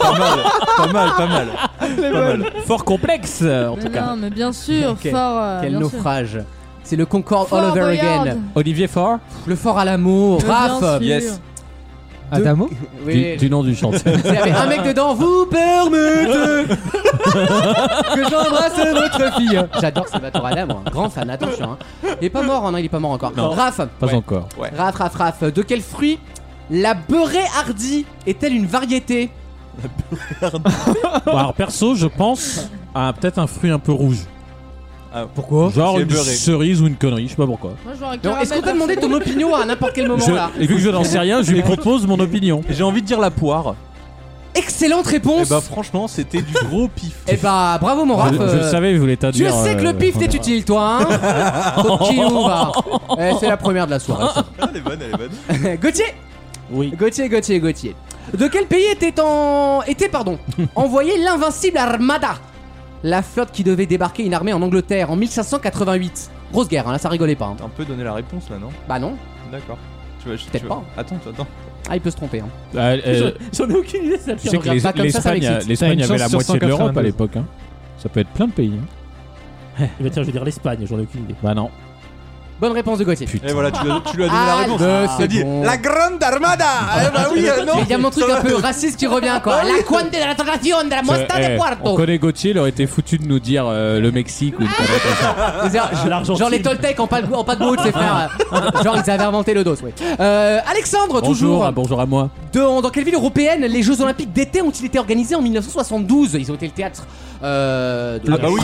pas mal. pas mal.
Fort complexe, euh, en
Mais
tout cas.
non, mais bien sûr.
Ok.
Fort. euh,
Quel
bien sûr.
naufrage. C'est le Concorde
Fort
All Over
Boyard.
Again.
Olivier Fort.
Le fort à l'amour.
Mais bien
Raph.
sûr.
yes.
Adamo
Du,
Oui.
du nom du chanteur.
Il y avait un mec dedans, vous permettez que j'embrasse votre fille. J'adore Salvatore Adamo, un grand fan, attention. hein. Il est pas mort, hein, non, il est pas mort encore. Raph,
Pas encore.
Raph, Raph, Raph, de quel fruit la beurrée hardie est-elle une variété
Bon, alors perso, je pense à peut-être un fruit un peu rouge.
Ah,
Pourquoi
Genre
C'est
une
beurré.
cerise ou une connerie, je sais pas pourquoi.
Moi, je vois un
Non, est-ce qu'on
caramel
peut demander ton opinion à n'importe quel moment
Je-
là
et vu que je n'en sais rien, je lui propose mon opinion.
J'ai envie de dire la poire.
Excellente
Et
réponse
bah franchement, c'était du gros pif.
Eh bah bravo mon
Eh ben, Je,
Raph
je le
euh,
savais, je voulais t'as
Je
dire,
sais que
euh,
le pif t'est utile, toi, hein Faut qu'il nous va. Eh, C'est la première de la soirée. ça.
Ah, Elle est bonne, elle est bonne.
Gauthier
Oui.
Gauthier, Gauthier, Gauthier. De quel pays était, en... était pardon, envoyée l'invincible Armada La flotte qui devait débarquer une armée en Angleterre en 1588. Grosse guerre, hein, là ça rigolait pas. hein.
T'as un peu donné la réponse là, non
Bah non,
D'accord. Tu vas
Peut-être pas.
Attends, attends.
ah il peut se tromper. hein.
euh, euh,
J'en ai aucune idée, ça
tu sais que les-
pas comme ça, ça
l'Espagne
m'excite.
l'Espagne
T'as une
avait la
chance sur
moitié de l'Europe à
192.
l'époque. hein. Ça peut être plein de pays. hein.
Eh ben, Tiens, je vais dire l'Espagne, j'en ai aucune idée.
Bah non.
Bonne réponse de Gauthier.
Putain.
Et voilà, tu, lui as- tu lui as donné
Ah,
la réponse.
le-
T'as
c'est
dit
bon. Ah,
la grande armada. Eh bah oui, euh, non.
Il y a mon truc un peu raciste qui revient quoi. La cuente de la tradition de la muestra
Euh,
de
eh, on
Puerto.
connaît Gauthier, il aurait été foutu de nous dire euh, le Mexique ou une connerie comme ça.
Genre,
l'Argentine.
genre les Toltecs en pas de, en pas de goût, c'est frères. Genre ils avaient inventé le dos, oui. Euh, Alexandre, toujours.
Bonjour, ah, bonjour à moi.
De- dans quelle ville européenne les Jeux Olympiques d'été ont-ils été organisés en 1972 Ils ont été le théâtre. Euh, de-
Ah bah oui.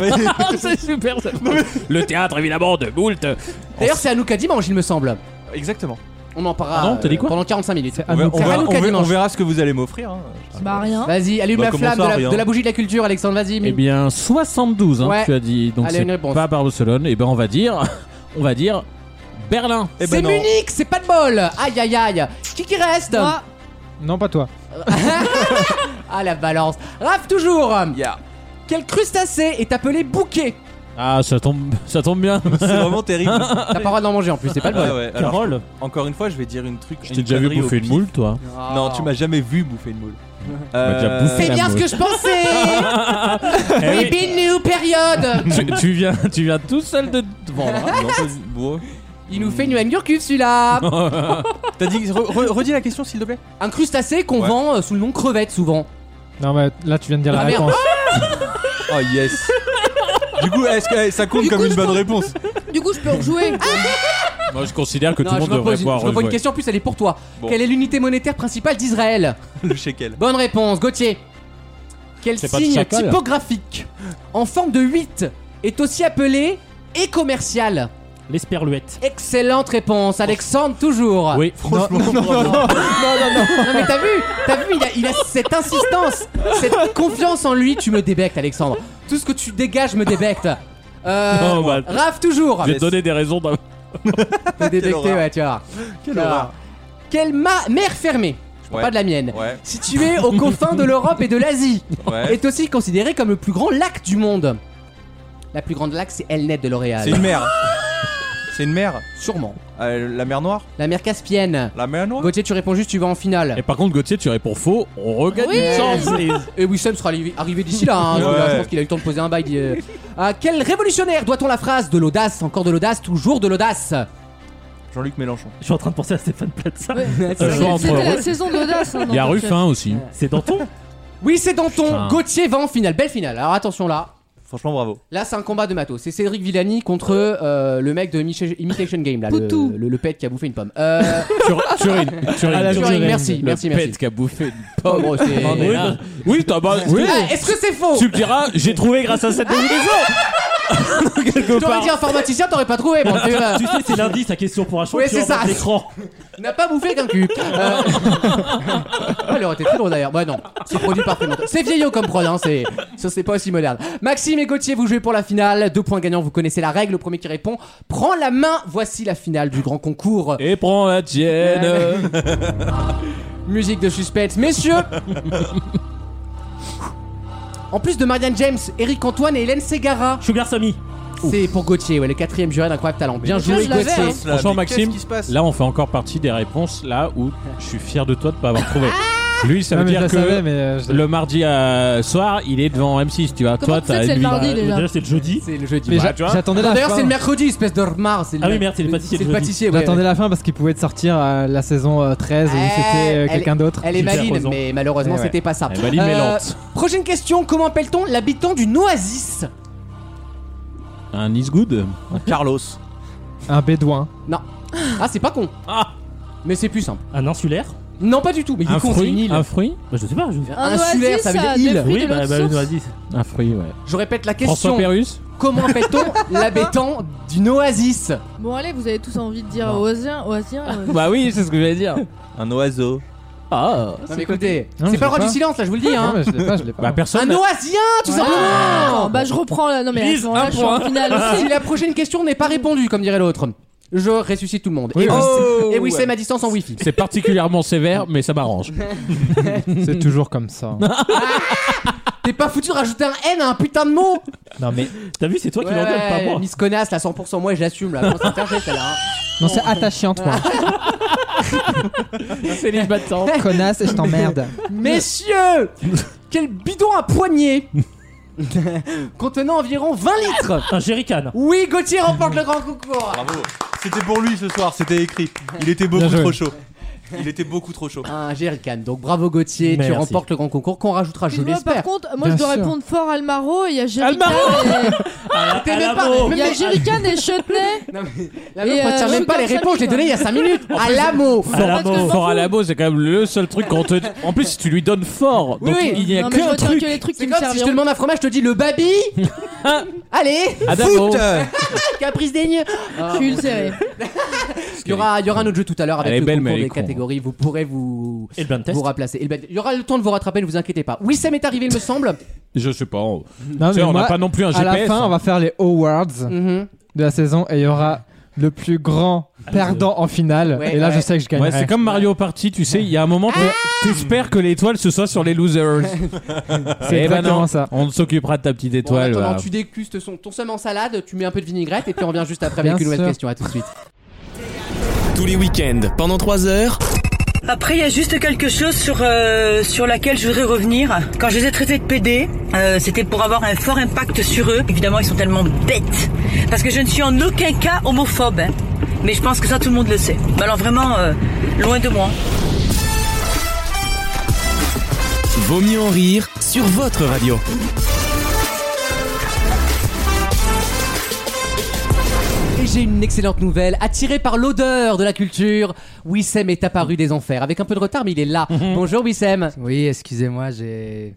Non, mais-
c'est super ça. Le théâtre évidemment de Boult.
D'ailleurs, c'est Hanouka dimanche, il me semble.
Exactement.
On en parlera
Ah
Pardon, t'as dit
euh,
quoi
pendant 45 minutes.
C'est
On, ver-
Hanouka.
on verra,
Hanouka
on ver- on
dimanche.
verra ce que vous allez m'offrir. hein.
Bah rien.
Vas-y, allume
Bah,
la
comment
flamme
ça,
de la,
rien
de la bougie de la culture, Alexandre, vas-y.
Eh bien 72 hein,
Mm. Ouais.
tu as dit donc
Allez,
c'est
une réponse.
pas Barcelone. Eh ben on va dire on va dire Berlin.
Eh
c'est
ben non.
Munich, c'est pas de bol Aïe aïe aïe Qui qui reste
Moi,
Non, pas toi.
Ah la balance Raph toujours
Yeah.
Quel crustacé est appelé bouquet
Ah ça tombe ça tombe bien.
C'est vraiment terrible.
T'as pas le droit d'en manger en plus, c'est pas le
Ah
bol
ouais, alors,
Carole
encore une fois, je vais dire une truc.
Je t'ai déjà vu
connerie au
bouffer une
pif.
moule toi.
Ah. Non,
Ah.
tu m'as jamais vu bouffer une moule. Euh,
m'as déjà bouffé.
C'est
la
bien ce
mousse.
que je pensais
Eh
We've been new, période
tu, tu viens tu viens tout seul de te vendre. hein.
Ah, Non, pas- bon.
Il nous fait une hangurcube celui-là
T'as dit re- re- redis la question s'il te plaît.
Un crustacé qu'on
Ouais.
vend euh, sous le nom de crevette souvent.
Non, mais là, tu viens de dire la
Ah, merde.
réponse.
Oh yes. Du coup, est-ce que eh, ça compte
Du
comme
coup,
une
je
bonne
pense-
réponse
du coup, je peux rejouer.
Moi je considère que
Non,
tout le
je
monde
me
devrait
pose une,
pouvoir
je me pose une
rejouer.
question en plus, elle est pour toi.
Bon.
Quelle est l'unité monétaire principale d'Israël
Le shekel.
Bonne réponse, Gauthier. Quel
C'est pas de
signe
chacal
typographique en forme de 8 est aussi appelé et commercial
L'esperluette.
Excellente réponse, Alexandre toujours. Ah,
Oui.
Franchement, bravo.
Non mais t'as vu, t'as vu, il a, il a cette insistance, cette confiance en lui, tu me débectes Alexandre. Tout ce que tu dégages me débecte. Euh,
Non, bah,
Raph toujours.
Je vais te donner des raisons d'un-
Me débecter,
horreur.
ouais, tu vois.
Quelle
Tu vas
horreur.
voir. Quelle ma- mer fermée, je parle
Ouais.
pas de la mienne,
Ouais,
située aux confins de l'Europe et de l'Asie,
ouais.
est aussi considérée comme le plus grand lac du monde. La plus grande lac, c'est Elnet de
C'est
L'Oréal.
une mer. C'est une mer.
Sûrement.
Euh, la mer noire
La mer Caspienne.
La mer noire
Gauthier, tu réponds juste, tu vas en finale.
Et par contre Gauthier tu réponds faux, on regagne
Oui.
une chance.
Et Wissem sera arrivé, arrivé d'ici là. hein.
Ouais.
Je pense qu'il a eu le temps de poser un bail. d'y- À quel révolutionnaire doit-on la phrase de l'audace, encore de l'audace, toujours de l'audace
Jean-Luc Mélenchon.
Je suis en train de penser à Stéphane Plaza.
Euh, genre entre-
C'était la saison d'audace. hein,
Il y a
dans le
Ruffin aussi.
C'est Danton
Oui, c'est Danton.
Putain.
Gauthier va en finale. Belle finale. Alors attention là.
Franchement, bravo.
Là, c'est un combat de matos. C'est Cédric Villani contre euh, le mec de Imitation Imitation Game, là, le,
Poutou.
le, le pet qui a bouffé une pomme. Euh,
Turin, Turin, Turin.
Ah, la Turin, Turin. merci,
Le
merci,
pet
merci.
qui a bouffé une
oh, gros, c'est-
pomme.
Ah,
Oui, t'as bas. Oui.
Est-ce que c'est faux
Tu me diras, j'ai trouvé grâce à
Ah
cette définition. Quelque
T'aurais dit
part.
informaticien, t'aurais pas trouvé. bon, tu, euh,
Tu sais, c'est lundi, sa question pour un champion.
c'est ça.
dans l'écran.
n'a pas bouffé qu'un cul. Euh... Elle aurait été très drôle d'ailleurs. Bah non, c'est produit par Fremantle. C'est vieillot comme prod, hein, c'est... ça c'est pas aussi moderne. Maxime et Gauthier, vous jouez pour la finale. Deux points gagnants, vous connaissez la règle. Le premier qui répond prend la main. Voici la finale du grand concours.
Et prends la tienne.
Musique de suspense, messieurs. En plus de Marianne James, Eric Antoine et Hélène Segara,
Sugar Sammy.
c'est pour Gauthier, ouais, le quatrième juré d'incroyable talent. Bien
Ça,
joué,
je l'avais,
Gauthier.
hein.
Franchement,
Mais
Maxime,
qu'est-ce qui se passe
Là, on fait encore partie des réponses là où je suis fier de toi de pas avoir trouvé. Lui, ça
Non,
veut
mais je
dire
la
que Bah,
savais, mais euh, je-
le mardi euh, soir, il est devant M6, tu vois.
Comment
Toi,
tu sais que
t'as
c'est le
lui.
mardi
Bah,
déjà
Déjà, c'est le jeudi.
C'est le jeudi.
mais
Bah,
j'a-
tu vois. Ah,
j'attendais la
D'ailleurs,
fin.
c'est le mercredi, espèce de remar. c'est
Ah oui, merde, c'est le pâtissier
C'est
le
le
jeudi.
pâtissier, ouais.
J'attendais la fin parce qu'il pouvait te sortir euh, la saison euh, 13 où
Eh,
c'était euh,
elle-
quelqu'un d'autre.
Elle est
Super
maligne,
raison.
mais malheureusement,
Eh ouais.
c'était pas ça.
Elle est maligne, mais ben, lente.
Prochaine question comment appelle-t-on l'habitant d'une oasis
Un is good.
Carlos.
Un bédouin.
Ah, c'est pas con.
Ah.
Mais c'est plus simple.
Un insulaire
Non, pas du tout. Mais il est
Un
con, c'est une
fruit.
île.
Un fruit.
Bah, Je sais pas. je-
Insulaire, ça veut dire
oasis, euh,
île.
des fruits de
Oui, bah,
l'autre
bah, une
source.
oasis.
Un fruit, ouais.
Je répète la
François
question.
Pérus.
Comment appelle-t-on l'habitant d'une oasis
Bon, allez, vous avez tous envie de dire
Non.
oasien, oasien. euh,
Bah oui, c'est ce que j'allais dire.
Un oiseau.
Ah.
Non, mais écoutez,
Non,
c'est pas le
je l'ai
roi du
pas.
silence, là, je vous le dis.
Non,
Hein.
mais je l'ai pas, je l'ai
Bah
pas.
personne.
Un oasien, tout
voilà.
simplement
Non, Bah, je reprends là. Non, mais à
Lise,
ce moment-là,
un
je suis en finale
Si
Ah.
aussi.
la prochaine question n'est pas répondue, comme dirait l'autre, je ressuscite tout le monde.
Oui,
et
oui.
Oh.
Oh,
Wissem- et Wissem à distance en wifi.
C'est particulièrement sévère, mais ça m'arrange.
C'est toujours comme ça.
T'es pas foutu de rajouter un N à un putain de mot
Non, mais
T'as vu, c'est toi qui
Ouais,
l'engueule, pas
ouais,
moi.
Miss Connasse, là, 100% moi, et j'assume, là. France Inter, j'ai fait, là, hein.
non, c'est attachante, moi.
C'est les battants.
Connasse, et je t'emmerde.
Messieurs Quel bidon à poignée Contenant environ 20 litres
Un jerrycan.
Oui, Gauthier remporte le grand concours
Bravo. C'était pour lui ce soir, c'était écrit. Il était beaucoup
Bien joué.
trop chaud. Il était beaucoup trop chaud.
Un jerrycan, donc bravo Gauthier, tu
Merci.
remportes le grand concours qu'on rajoutera, je
Excuse-moi, par
l'espère.
contre, moi je
Bien
dois
sûr.
répondre fort Almaro et il y a Jerrycan.
T'es même pas-
Alamo.
et- Il y a Jerrycan et Chutney.
Non, mais La
Et,
meuf
euh,
retient
je
même pas
garde
les
ça
réponses, je l'ai
minutes.
donné il y a 5 minutes À la mot
parce que je m'en
Fort à
fous.
la c'est quand même le seul truc qu'on te. En plus, tu lui donnes fort.
Oui,
donc
oui.
il n'y a
Non, mais je
qu'un
retiens
truc.
que les trucs qui
C'est
me
comme si je te
serviront.
demande un fromage, je te dis le babi Allez
Adamo.
euh.
Caprice daigneux
Je suis ulcéré.
Il y aura, il y aura un autre jeu tout à l'heure avec
Elle est
le
belle, mais
concours
elle est
des
con. hein.
catégories. Vous pourrez vous
Et le blind test.
vous remplacer. Il y aura le temps de vous rattraper, ne vous inquiétez pas. Oui, ça m'est arrivé, il me semble.
Je sais pas. on-
Non,
Tu sais,
mais
on n'a
moi,
pas non plus un
à
GPS.
la fin, on va faire les awards
Mm.
Mhm.
de la saison et il y aura le plus grand perdant en finale.
Ouais,
et là,
ouais.
je sais que je gagne.
Ah, Ouais, c'est comme Mario Party, tu sais, il y a un moment,
Ah.
t'es- t'espères que l'étoile se soit sur les losers.
C'est
Eh ben
exactement
non,
ça.
On s'occupera de ta petite
Bon, en
étoile.
attendant,
voilà.
tu dégustes son- ton seum en salade, tu mets un peu de vinaigrette et puis on revient juste après
Bien
avec une nouvelle
sûr.
question. À tout de suite.
Tous les week-ends, pendant 3 heures,
Après, il y a juste quelque chose sur euh, sur laquelle je voudrais revenir. Quand je les ai traités de PD, euh, c'était pour avoir un fort impact sur eux. Évidemment, ils sont tellement bêtes parce que je ne suis en aucun cas homophobe. hein. Mais je pense que ça, tout le monde le sait. Mais alors vraiment, euh, loin de moi.
Vaut mieux en rire sur votre radio.
Et j'ai une excellente nouvelle. Attiré par l'odeur de la culture, Wissem est apparu des enfers. Avec un peu de retard, mais il est là. Bonjour Wissem.
Oui, excusez-moi, j'ai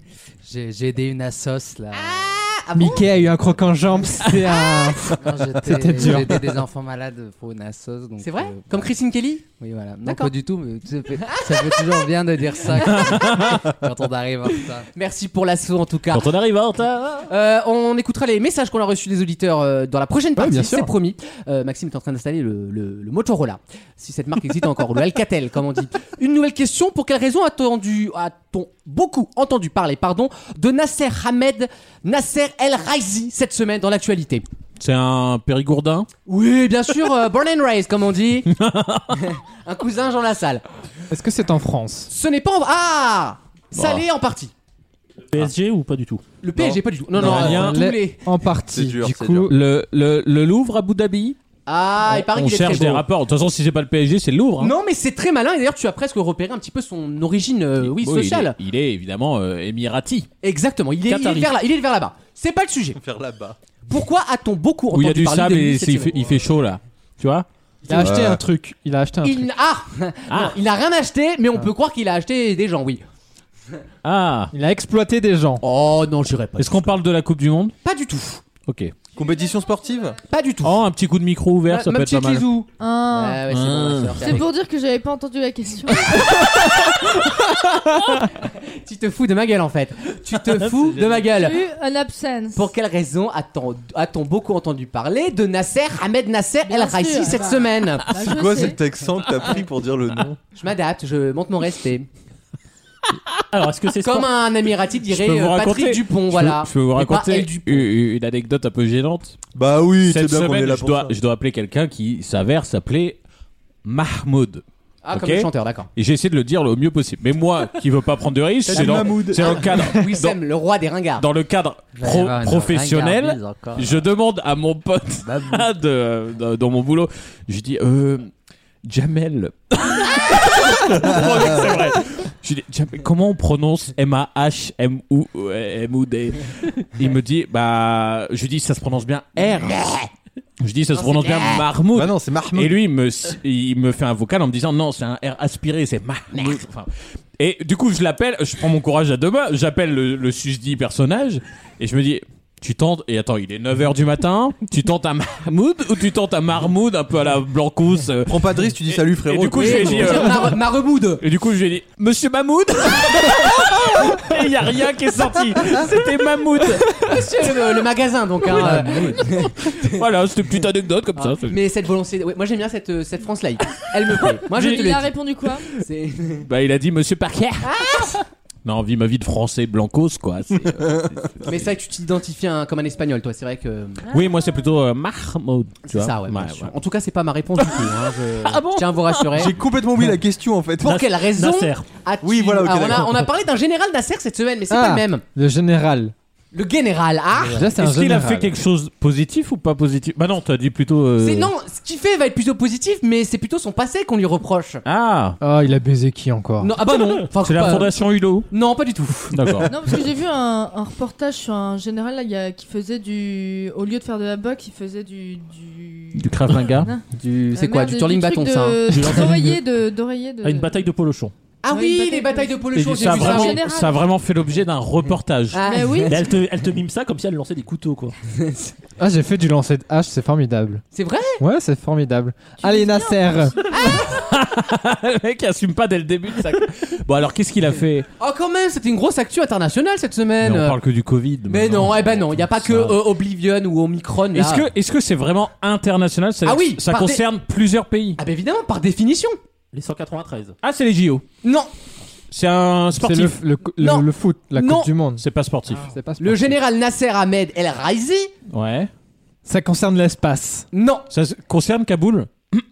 j'ai j'ai aidé une assos là.
Mickey a eu un croc en jambes. C'est un.
Ah.
Quand
C'était
j'étais-
dur.
J'ai aidé des enfants malades pour une assos. donc,
C'est vrai
euh,
Comme Christine Kelly
Oui, voilà. Non,
D'accord.
pas du tout, mais ça fait, ça fait toujours bien de dire ça quand, quand on arrive en retard.
Merci pour l'assaut en tout cas.
Quand on arrive en retard.
Euh, on écoutera les messages qu'on a reçus des auditeurs euh, dans la prochaine partie,
bien sûr.
c'est promis. Euh, Maxime est en train d'installer le, le- le Motorola, si cette marque existe encore, ou le Alcatel, comme on dit. Une nouvelle question pour quelle raison attendu- a-t-on beaucoup entendu parler, pardon, de Nasser Hamed Nasser El Raisi cette semaine dans l'actualité
C'est un périgourdin.
Oui, bien sûr, euh, born and raised, comme on dit. Un cousin Jean Lassalle.
Est-ce que c'est en France
Ce n'est pas en... ah, ça l'est en partie.
PSG ou pas du tout
Le PSG pas du tout. Non,
Non,
non,
rien.
euh, tous
Les-
les-
En partie.
C'est dur,
du
c'est
coup,
dur.
Le, le, le Louvre, Abu Dhabi.
Ah, il paraît
on
qu'il est très
cherche des
beau.
rapports. De toute façon, si c'est pas le PSG, c'est le Louvre. hein.
Non, mais c'est très malin. Et d'ailleurs, tu as presque repéré un petit peu son origine, euh, oui,
Bon, il est-
sociale.
Il est, évidemment euh, émirati.
Exactement. Il est, il est
Qatari.
vers là. Il est vers là-bas. C'est pas le sujet.
Faire là-bas.
Pourquoi a-t-on beaucoup
Où
entendu
il y a du
parler
sable
de lui
et
cette
c'est- il fait,
semaine
il fait chaud là. Tu vois
il a acheté un truc. Il a acheté un
Il
truc.
n'a ah Non, il n'a rien acheté, mais on peut croire qu'il a acheté des gens, oui.
Ah
Il a exploité des gens.
Oh non, j'irai pas.
Est-ce qu'on parle de la Coupe du Monde
Pas du tout.
Ok.
Compétition sportive
Pas du tout.
Oh, un petit coup de micro
Bah,
ouvert, ça
Ma-
peut
ma
être pas
petite
mal.
Lizou.
Ah.
Ah ouais, c'est bon, on va se faire
C'est pour dire que j'avais pas entendu la question.
Tu te fous de ma gueule en fait. Tu te fous de ma gueule.
Eu an absence.
Pour quelle raison a-t-on a-t-on beaucoup entendu parler de Nasser Ahmed Nasser
Bien
El Raisi
sûr.
cette
Bah.
semaine
Bah, je
Quoi
sais.
cet accent que t'as pris pour dire le nom
Je m'adapte, je monte mon respect.
Alors, est-ce que c'est
Ah, Comme
sport
un Emirati dirait
Je peux vous
euh, Patrick
raconter-
Dupont,
Je
voilà.
peux- Je peux vous
Mais pas
raconter
El Dupont.
une une anecdote un peu gênante.
Bah oui, c'est
Cette
bien qu'on est
semaine,
là
je
pour
dois,
ça.
je dois appeler quelqu'un qui s'avère s'appeler Mahmoud.
Ah,
Ok
comme le chanteur, d'accord.
Et j'ai essayé de le dire le mieux possible. Mais moi, qui veux pas prendre de risques, c'est dans, c'est dans le cadre. dans-
Wissem, le roi des ringards.
dans le cadre
allez
pro-
Ah,
avoir une
professionnel,
ringarde encore.
je demande à mon pote de- de- dans mon boulot, je dis euh, Jamel. C'est vrai. Je dis, Jamel, comment on prononce euh, M-A-H-M-O-U-D Il me dit, bah, je lui dis, ça se prononce bien R. Je dis, ça se prononce bien Marmoud.
Bah non, c'est Mahmoud.
Et lui, il me, il me fait un vocal en me disant non, c'est un R aspiré, c'est Mahmoud. Enfin, et du coup, je l'appelle, je prends mon courage à deux mains, j'appelle le, le susdit personnage et je me dis. Tu tentes, et attends, il est 9h du matin, tu tentes un Mahmoud ou tu tentes un Marmoud un peu à la Blancousse euh.
Prends pas de risque, tu dis salut frérot.
Et du coup,
Oui,
je lui ai
non,
dit.
mais-
euh,
Mar- Marmoud.
Et du coup, je lui ai dit Monsieur Mahmoud Et il n'y a rien qui est sorti C'était Mahmoud
Monsieur le, le magasin, donc. hein, euh,
Voilà, c'était une petite anecdote
Ah,
comme ça.
mais cette volonté. ouais, moi, j'aime bien cette, euh, cette France laïque. Elle me plaît. Moi, je te
Il
l'ai
a
dit.
répondu quoi
C'est-
Bah, il a dit Monsieur Parker
Ah.
Non, vie ma vie de français blancos, quoi. C'est, euh, c'est-
Mais c'est vrai que tu t'identifies un- comme un espagnol, toi. C'est vrai que. euh,
Oui, moi c'est plutôt euh, Mahmoud. tu
Ah. C'est
vois.
ça, ouais, bien
Ouais, Ah,
sûr.
ouais.
En tout cas, c'est pas ma réponse du tout. hein, je...
bon
je tiens à vous rassurer.
J'ai complètement oublié la question en fait.
Pour quelle raison
Nasser.
as-tu-
Oui, voilà, ok,
Ah, on, a,
d'accord.
on a parlé d'un général Nasser cette semaine, mais c'est pas
Ah.
le même.
Le général.
Le général, ah
Déjà, c'est un
Est-ce qu'il a
général.
fait quelque chose de positif ou pas positif Bah non, t'as dit plutôt. euh,
C'est- Non, ce qu'il fait va être plutôt positif, mais c'est plutôt son passé qu'on lui reproche.
Ah
Ah, il a baisé qui encore
Non, ah bah non. Enfin,
C'est la
pas-
fondation Hulot.
Non, pas du tout.
D'accord.
Non, parce que j'ai vu un, un reportage sur un général là, il y a- qui faisait du. Au lieu de faire de la boxe, il faisait du. du...
du Krav Maga.
Du, c'est
Ah,
quoi
merde,
Du turling
truc
bâton,
de-
ça. hein.
D'oreiller de. d'oreiller de.
À
Euh.
une bataille de polochon.
Ah
Ouais,
oui,
une
les batailles
bataille
de polo
Et
j'ai vu
ça,
ça.
a vraiment,
En général.
ça a vraiment fait l'objet d'un reportage.
Ah.
Mais oui,
Mais elle te, elle te mime ça comme si elle lançait des couteaux quoi.
Ah, j'ai fait du lancer de hache, c'est formidable.
C'est vrai
Ouais, c'est formidable. Allez, Nasser
Le mec assume pas dès le début de sa. bon, alors qu'est-ce qu'il a fait
Oh, quand même, c'était une grosse actu internationale cette
Mais
semaine.
On parle que du Covid.
euh, Mais non, eh ben non, il n'y a pas que
Ça.
euh, Oblivion ou Omicron. là.
Est-ce que est-ce que c'est vraiment international C'est-à-dire
Ah oui,
que Ça
par des-
concerne plusieurs pays.
Ah, bah évidemment, par définition.
Les 193.
Ah, c'est les JO.
Non,
C'est un
C'est
sportif.
le, le, le-
Non.
le foot, la
Non.
Coupe du Monde. Ah,
C'est pas sportif.
C'est pas
le
sportif.
général Nasser Ahmed El Raisi.
Ouais.
Ça concerne l'espace.
Non,
Ça se- concerne Kaboul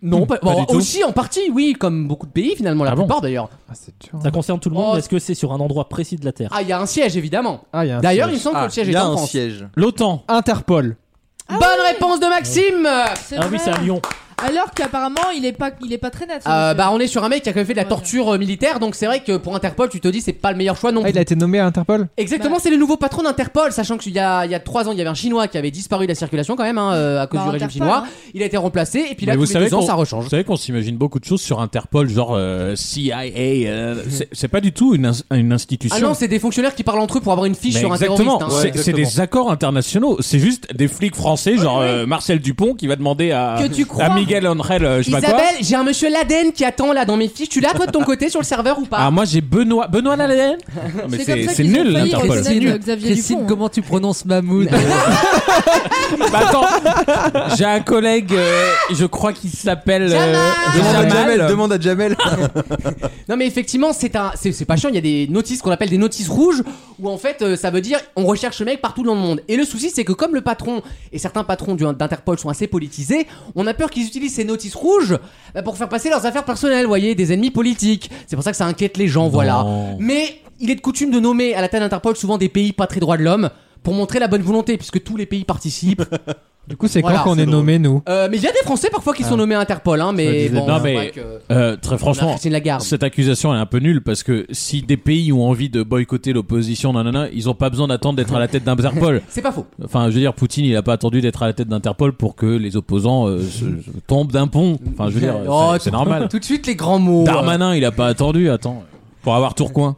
non, pas,
Hmm. Pas
bon,
du tout.
aussi en partie, oui, comme beaucoup de pays finalement, la
Ah bon
plupart d'ailleurs.
Ah, c'est dur.
Ça concerne tout le
Oh.
monde. mais Est-ce que c'est sur un endroit précis de la Terre
Ah, il y a un siège évidemment.
Ah, il y a un
D'ailleurs, il me
siège.
semble que
Ah,
le siège
il
est
y a
en
un
France.
siège.
L'OTAN.
Interpol.
Ah Bonne réponse de Maxime.
c'est
Ah
vrai.
oui, c'est à Lyon.
Alors qu'apparemment, il est pas, il est pas très net. ce
Euh,
monsieur.
bah, on est sur un mec qui a quand même fait de la
Ouais.
torture euh, militaire, donc c'est vrai que pour Interpol, tu te dis c'est pas le meilleur choix non
Ah,
plus.
il a été nommé à Interpol
Exactement,
Bah-
c'est le nouveau patron d'Interpol, sachant qu'il y a, il y a trois ans, il y avait un chinois qui avait disparu de la circulation quand même, hein, euh, à cause
Bah,
du régime
Interpol,
chinois.
hein.
Il a été remplacé, et puis là,
Mais
tous
vous
les
savez
deux ans,
qu'on-
ça rechange.
Vous savez qu'on s'imagine beaucoup de choses sur Interpol, genre euh, CIA. euh, c'est- c'est pas du tout une, ins- une institution.
Ah non, c'est des fonctionnaires qui parlent entre eux pour avoir une fiche
Mais
sur un terroriste.
exactement,
hein.
c'est- c'est des accords internationaux. C'est juste des flics français, genre euh, Marcel Dupont, qui va demander à,
Que tu crois.
à Miguel Angel, euh, je sais pas quoi.
Isabelle, j'ai un monsieur Laden qui attend là dans mes fiches. Tu l'as toi de ton côté sur le serveur ou pas
Ah, moi j'ai Benoît. Benoît Laden Non, mais
C'est comme ça
C'est
qu'ils ont
nul
failli
l'Interpol.
reconnaître Xavier Dupont. hein.
comment tu prononces Mahmoud
Bah, attends, j'ai un collègue, euh, je crois qu'il s'appelle. euh,
Demande à
Jamal.
Jamel, demande à Jamel.
Ah, Non mais effectivement, c'est un, c'est c'est pas chiant. Il y a des notices qu'on appelle des notices rouges où en fait euh, ça veut dire on recherche le mec partout dans le monde. Et le souci c'est que comme le patron et certains patrons du- d'Interpol sont assez politisés, on a peur qu'ils utilisent ces notices rouges bah, pour faire passer leurs affaires personnelles, vous voyez, des ennemis politiques. C'est pour ça que ça inquiète les gens, voilà.
Euh,
Mais il est de coutume de nommer à la tête d'Interpol souvent des pays pas très droits de l'homme pour montrer la bonne volonté puisque tous les pays participent.
Du coup, c'est
Voilà,
quand qu'on
c'est
est nommé, nous
Euh, mais il y a des Français parfois qui sont nommés à Interpol, hein,
Je me
mais
disais
bon,
bien.
c'est
Ah. Non, mais-
vrai que-
Euh, très
On a
franchement,
Christine Lagarde.
cette accusation elle est un peu nulle parce que si des pays ont envie de boycotter l'opposition, nanana, ils ont pas besoin d'attendre d'être à la tête d'Interpol.
C'est pas faux.
Enfin, je veux dire, Poutine, il a pas attendu d'être à la tête d'Interpol pour que les opposants euh, se- se tombent d'un pont. Enfin, je veux dire,
Oh,
c'est- c'est normal.
Tout de suite les grands mots.
Darmanin, il a pas attendu, attends. Pour avoir Tourcoing.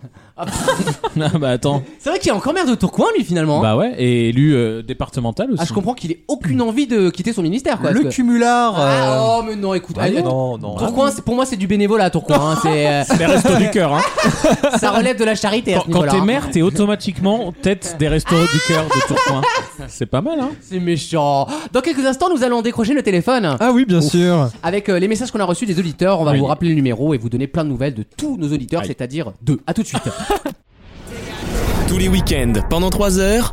ah bah attends.
C'est vrai qu'il est encore maire de Tourcoing lui finalement.
Bah ouais, et élu euh, départemental aussi.
ah je comprends qu'il ait aucune envie de quitter son ministère quoi.
Le
parce que-
cumulard. euh,
Ah oh mais non écoute.
Bah
ah,
allez,
non, non.
Tourcoing c'est- pour moi c'est du bénévolat Tourcoing. hein, c'est, euh,
Les restos du cœur, hein.
ça relève de la charité. à
Quand,
ce
quand
niveau-là,
t'es
hein.
maire, t'es automatiquement tête des restos du cœur de Tourcoing. C'est pas mal, hein.
C'est méchant. Dans quelques instants nous allons décrocher le téléphone.
Ah oui, bien sûr.
Avec euh, les messages qu'on a reçus des auditeurs, on va
Oui.
vous rappeler le numéro et vous donner plein de nouvelles de tous nos auditeurs,
Aïe.
c'est-à-dire deux. À tout de suite.
Tous les week-ends, pendant 3 heures.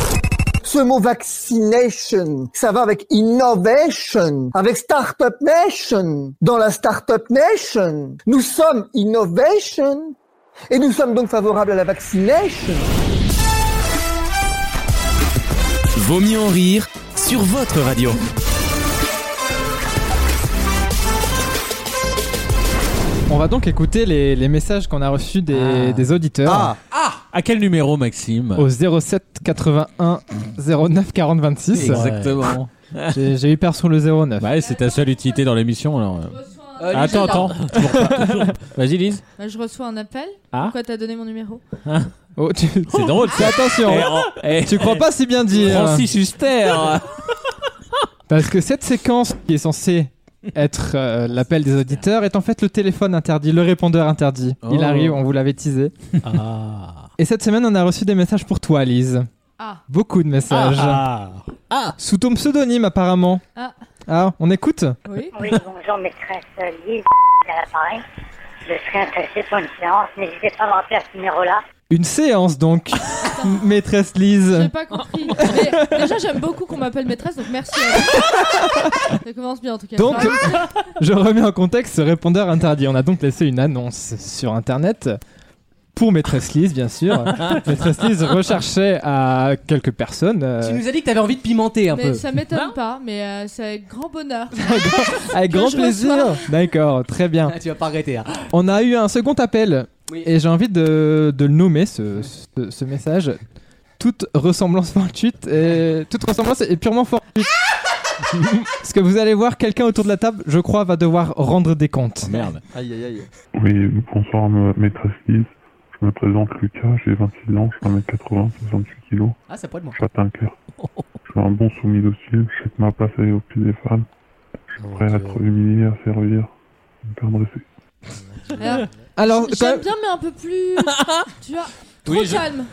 Ce mot vaccination, ça va avec innovation, avec startup nation. Dans la startup nation, nous sommes innovation et nous sommes donc favorables à la vaccination.
Vaut mieux en rire sur votre radio.
On va donc écouter les, les messages qu'on a reçus des, des auditeurs.
Ah. À quel numéro, Maxime
Au 07 81 09 40 26.
Exactement.
J'ai j'ai eu peur sur le 09.
Ouais, c'est ta seule utilité dans l'émission alors.
Euh,
attends,
Lise,
attends.
attends.
Toujours pas, toujours pas. Vas-y, Lise.
Bah, je reçois un appel.
Ah.
Pourquoi t'as donné mon numéro
Oh, tu-
C'est drôle. Eh, oh,
Fais attention. tu crois pas si bien dire.
Francis
euh,
Huster.
Parce que cette séquence qui est censée être euh, l'appel des auditeurs est en fait le téléphone interdit, le répondeur interdit. Il
Oh.
arrive, on vous l'avait teasé.
Ah.
Et cette semaine, on a reçu des messages pour toi, Lise.
Ah.
Beaucoup de messages.
Ah.
Ah.
Sous ton pseudonyme, apparemment.
Ah.
Ah, on écoute
Oui.
bonjour, maîtresse Lise à l'appareil. Je serais intéressé pour une séance. N'hésitez pas à me rappeler à ce numéro-là.
Une séance donc, maîtresse
J'ai
Lise.
pas compris. Mais déjà, j'aime beaucoup qu'on m'appelle maîtresse, donc merci. à vous. Ça commence bien en tout cas.
Donc,
Ça va
je remets en contexte ce répondeur interdit. On a donc laissé une annonce sur internet pour maîtresse Lise, bien sûr. maîtresse Lise recherchait à quelques personnes. euh,
Tu nous as dit que t'avais envie de pimenter un
mais
peu.
ça
Hein
m'étonne pas, mais euh, c'est avec grand bonheur.
Avec
que
grand
je reçois.
plaisir. D'accord, très bien.
Ah, tu vas pas regretter. hein.
On a eu un second appel et j'ai envie de, de le nommer ce, ce- ce message. Toute ressemblance fortuite et toute ressemblance est purement fortuite. Parce que vous allez voir, quelqu'un autour de la table, je crois, va devoir rendre des comptes.
merde.
Aïe aïe aïe.
Oui, bonsoir ma- maîtresse Lise. Je me présente Lucas, j'ai 26 ans, je fais 1m80, 68 kg.
Ah, ça pourrait être moi.
J'attends un cœur. Je suis un bon soumis docile, je sais que ma place elle est au pied des femmes. Je suis prêt à être humilié, à servir, à me faire dresser.
Alors,
Alors, quand
j'aime
même-
bien, mais un peu plus. tu vois, trop
Oui, je-
calme.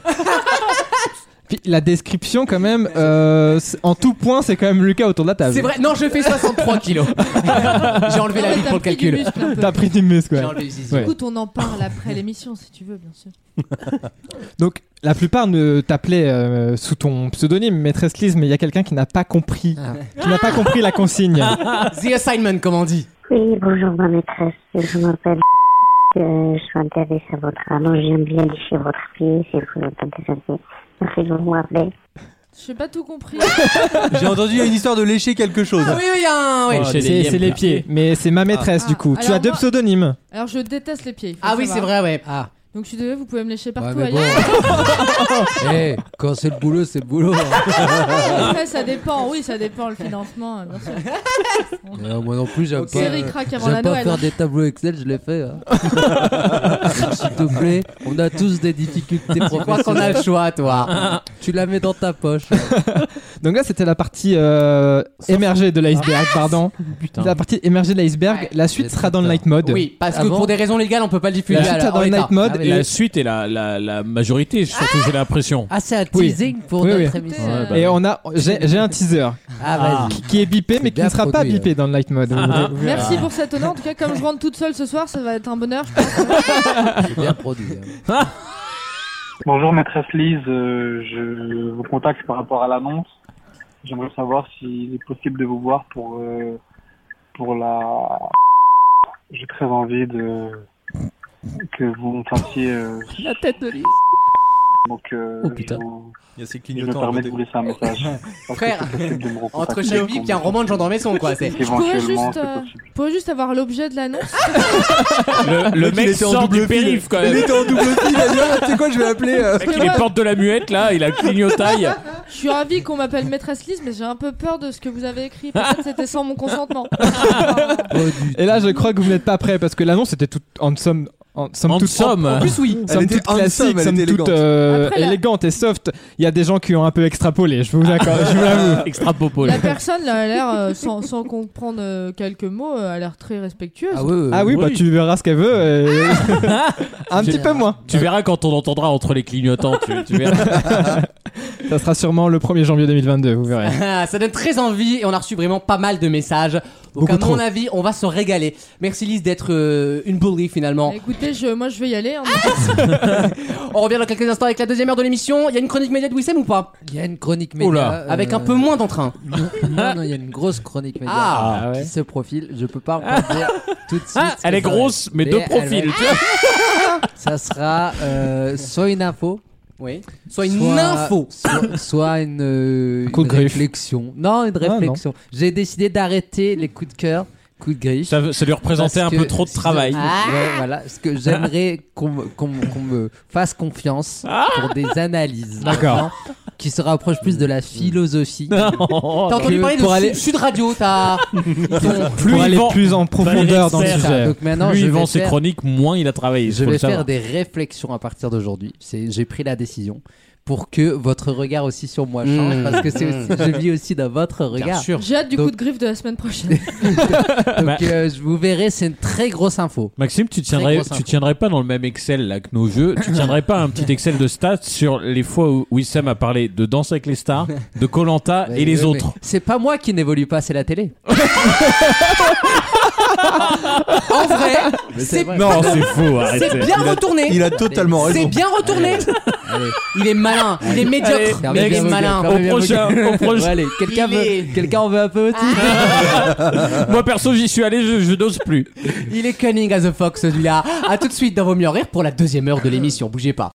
Puis la description, quand même, euh, c'est- en tout point, c'est quand même Lucas autour de la
Ah,
table.
C'est vrai, non, je fais 63 kilos. J'ai enlevé la vie pour le
Ah pris du
calcul.
muscle un peu.
T'as pris du muscle. ouais.
J'ai enlevé le zizi.
Ouais.
Écoute, on en parle après l'émission si tu veux, bien sûr.
Donc, la plupart ne t'appelaient euh, sous ton pseudonyme, maîtresse Lise, mais il y a quelqu'un qui n'a pas compris, qui n'a pas compris la consigne.
The assignment, comme on dit.
Oui, bonjour, ma maîtresse. Je m'appelle. euh, je suis intéressée à votre annonce. J'aime bien lécher votre fille. Si vous n'êtes pas déshabillé, merci de vous rappeler.
J'ai pas tout compris.
J'ai entendu une histoire de lécher quelque chose.
Ah oui, oui, hein, oui.
Oh, c'est c'est les pieds, mais c'est ma maîtresse
Ah.
du coup.
Ah.
tu as
Alors
deux
moi-
pseudonymes.
Alors, je déteste les pieds. faut
Ah oui,
savoir.
c'est vrai, ouais. Ah.
Donc, je suis désolée, vous pouvez me lécher partout
mais
ailleurs.
Eh, quand c'est le boulot, c'est le boulot. hein.
Après, ça dépend, oui, ça dépend le financement, euh, bien sûr.
Euh, moi non plus, j'aime
Ok.
pas.
Cédric craque avant
j'aime
la
pas
Noël.
faire des tableaux Excel, je l'ai fait. hein. S'il te plaît, on a tous des difficultés
Tu crois qu'on a le choix, toi
Tu la mets dans ta poche.
Donc là, c'était la partie euh, émergée de
Ah,
l'iceberg, pardon. La partie émergée de l'iceberg. La suite sera dans le night mode.
Oui, parce que pour des raisons légales, on peut pas le diffuser.
La suite
alors,
sera dans
en
le
l'état.
night mode.
Ah, mais
et-
La suite est la, la, la majorité, surtout j'ai l'impression.
Ah, c'est un
Oui.
teasing pour
Oui,
notre
oui.
émission.
euh,
Ouais, bah
Et
oui.
on a, j'ai j'ai un teaser
Ah, vas-y.
qui, qui est bipé, mais qui ne sera pas
produit,
bipé dans le night mode. Vous- vous-
Merci pour cet honneur. En tout cas, comme je rentre toute seule ce soir, ça va être un bonheur. je pense.
bien produit. hein.
Bonjour maîtresse Lise, euh, je vous contacte par rapport à l'annonce. J'aimerais savoir s'il est possible de vous voir pour, euh, pour la... J'ai très envie de... que vous me fassiez... euh,
La tête de Lise.
donc euh,
Oh, putain.
je, vous-
Il y a ces
je me
clignotants à
permets de
côté.
vous laisser un message. Est-ce que
Frère,
c'est possible de me
entre
recontacter
chaque bip, il y a un roman de Jean d'Ormesson, quoi. C'est
Je pourrais
Éventuellement,
juste, euh, je pourrais juste avoir l'objet de l'annonce.
Ah.
Le, le
mec, il
mec
était en
sort
double
du périph' quand même.
Il était en double fil, il a dit Ah, tu sais quoi, je vais appeler. euh,
Le mec, il est porte de la muette là, il a le clignotail.
Je suis ravie qu'on m'appelle maîtresse Lise, mais j'ai un peu peur de ce que vous avez écrit. Peut-être que c'était sans mon consentement.
Et là, je crois que vous n'êtes pas prêts parce que l'annonce était toute en somme. En somme,
En
toute,
somme.
en plus, oui.
Elle
Somme
était
toute
en
classique,
somme, elle
somme
était
toute
élégante.
euh,
Après, la-
élégante et soft. Il y a des gens qui ont un peu extrapolé, je vous l'accorde, je vous l'avoue.
Extrapopolé.
La personne là, a l'air, euh, sans, sans comprendre euh, quelques mots, euh, a l'air très respectueuse.
Ah oui, bah tu verras ce qu'elle veut. euh, un petit peu moins.
Tu verras quand on entendra entre les clignotants, tu, tu verras.
Ça sera sûrement le 1er janvier 2022, vous verrez.
Ah, ça donne très envie et on a reçu vraiment pas mal de messages. Donc,
Beaucoup
à
trop.
mon avis, on va se régaler. Merci Lise d'être euh, une bully
Bah,
finalement.
Bah, Écoutez, je, moi je vais y aller. hein.
Ah,
on revient dans quelques instants avec la deuxième heure de l'émission. Il y a une chronique média de Wissem ou pas
Il y a une chronique média. euh,
Avec un peu moins d'entrain.
Non, non, il y a une grosse chronique média
Ah,
euh,
ah ouais.
qui se profile. Je peux pas en dire tout de suite.
Ah,
ce
elle
que
est
ça va
grosse,
être.
mais de
elle
profil.
va être- ça sera euh, soit une info.
Oui. Soit une info.
Soit, soit une, euh,
coup de
une
griffe.
réflexion. Non, une
Ah, non.
réflexion. J'ai décidé d'arrêter les coups de cœur, coups de griffe.
Ça, ça lui représentait
Parce que-
un
Ah,
peu trop de travail.
Ouais, voilà, parce que j'aimerais qu'on me- qu'on me- qu'on me fasse confiance pour des analyses.
Ah. D'accord.
maintenant, Qui se rapprochent plus de la philosophie. T'as
T'as entendu parler de Sud- Sud Radio, t'as. Ils sont-
Pour aller plus en profondeur dans le
Valérie
sujet.
Serre.
Donc maintenant,
plus
je
il
vais
vend ses
faire-
chroniques, moins il a travaillé.
Je
faut
vais
le savoir.
faire des réflexions à partir d'aujourd'hui. C'est- J'ai pris la décision pour que votre regard aussi sur moi change,
Mmh.
parce que c'est aussi-
Mmh.
je vis aussi dans votre regard.
J'ai hâte du
Donc-
coup de griffe de la semaine prochaine.
Donc
Bah
euh, je vous verrai, c'est une très grosse info.
Maxime, tu
Très
tiendrais,
grosse info.
tu tiendrais pas dans le même Excel là que nos jeux. Tu tiendrais pas un petit Excel de stats sur les fois où Wissam a parlé de Danse avec les stars, de
Ah,
Colanta
Mais-
et les
mais-
autres.
mais C'est pas moi qui n'évolue pas, c'est la télé.
En vrai,
Mais
c'est
c'est vrai. Non, c'est faux, arrêtez.
C'est bien
Il a-
retourné.
il a totalement
C'est
raison.
bien retourné. Il est malin. Il est
Allez.
médiocre.
Fermez
mais il
bien vos
est
gueules,
malin.
fermez bien vos gueules. Bon, allez, quelqu'un
Il Ah.
veut- quelqu'un en veut un peu aussi.
Moi perso, j'y suis allé, je, je dose plus.
Il est cunning as a fox celui-là. À tout de suite dans Vos mieux en rire pour la deuxième heure de l'émission. Bougez pas.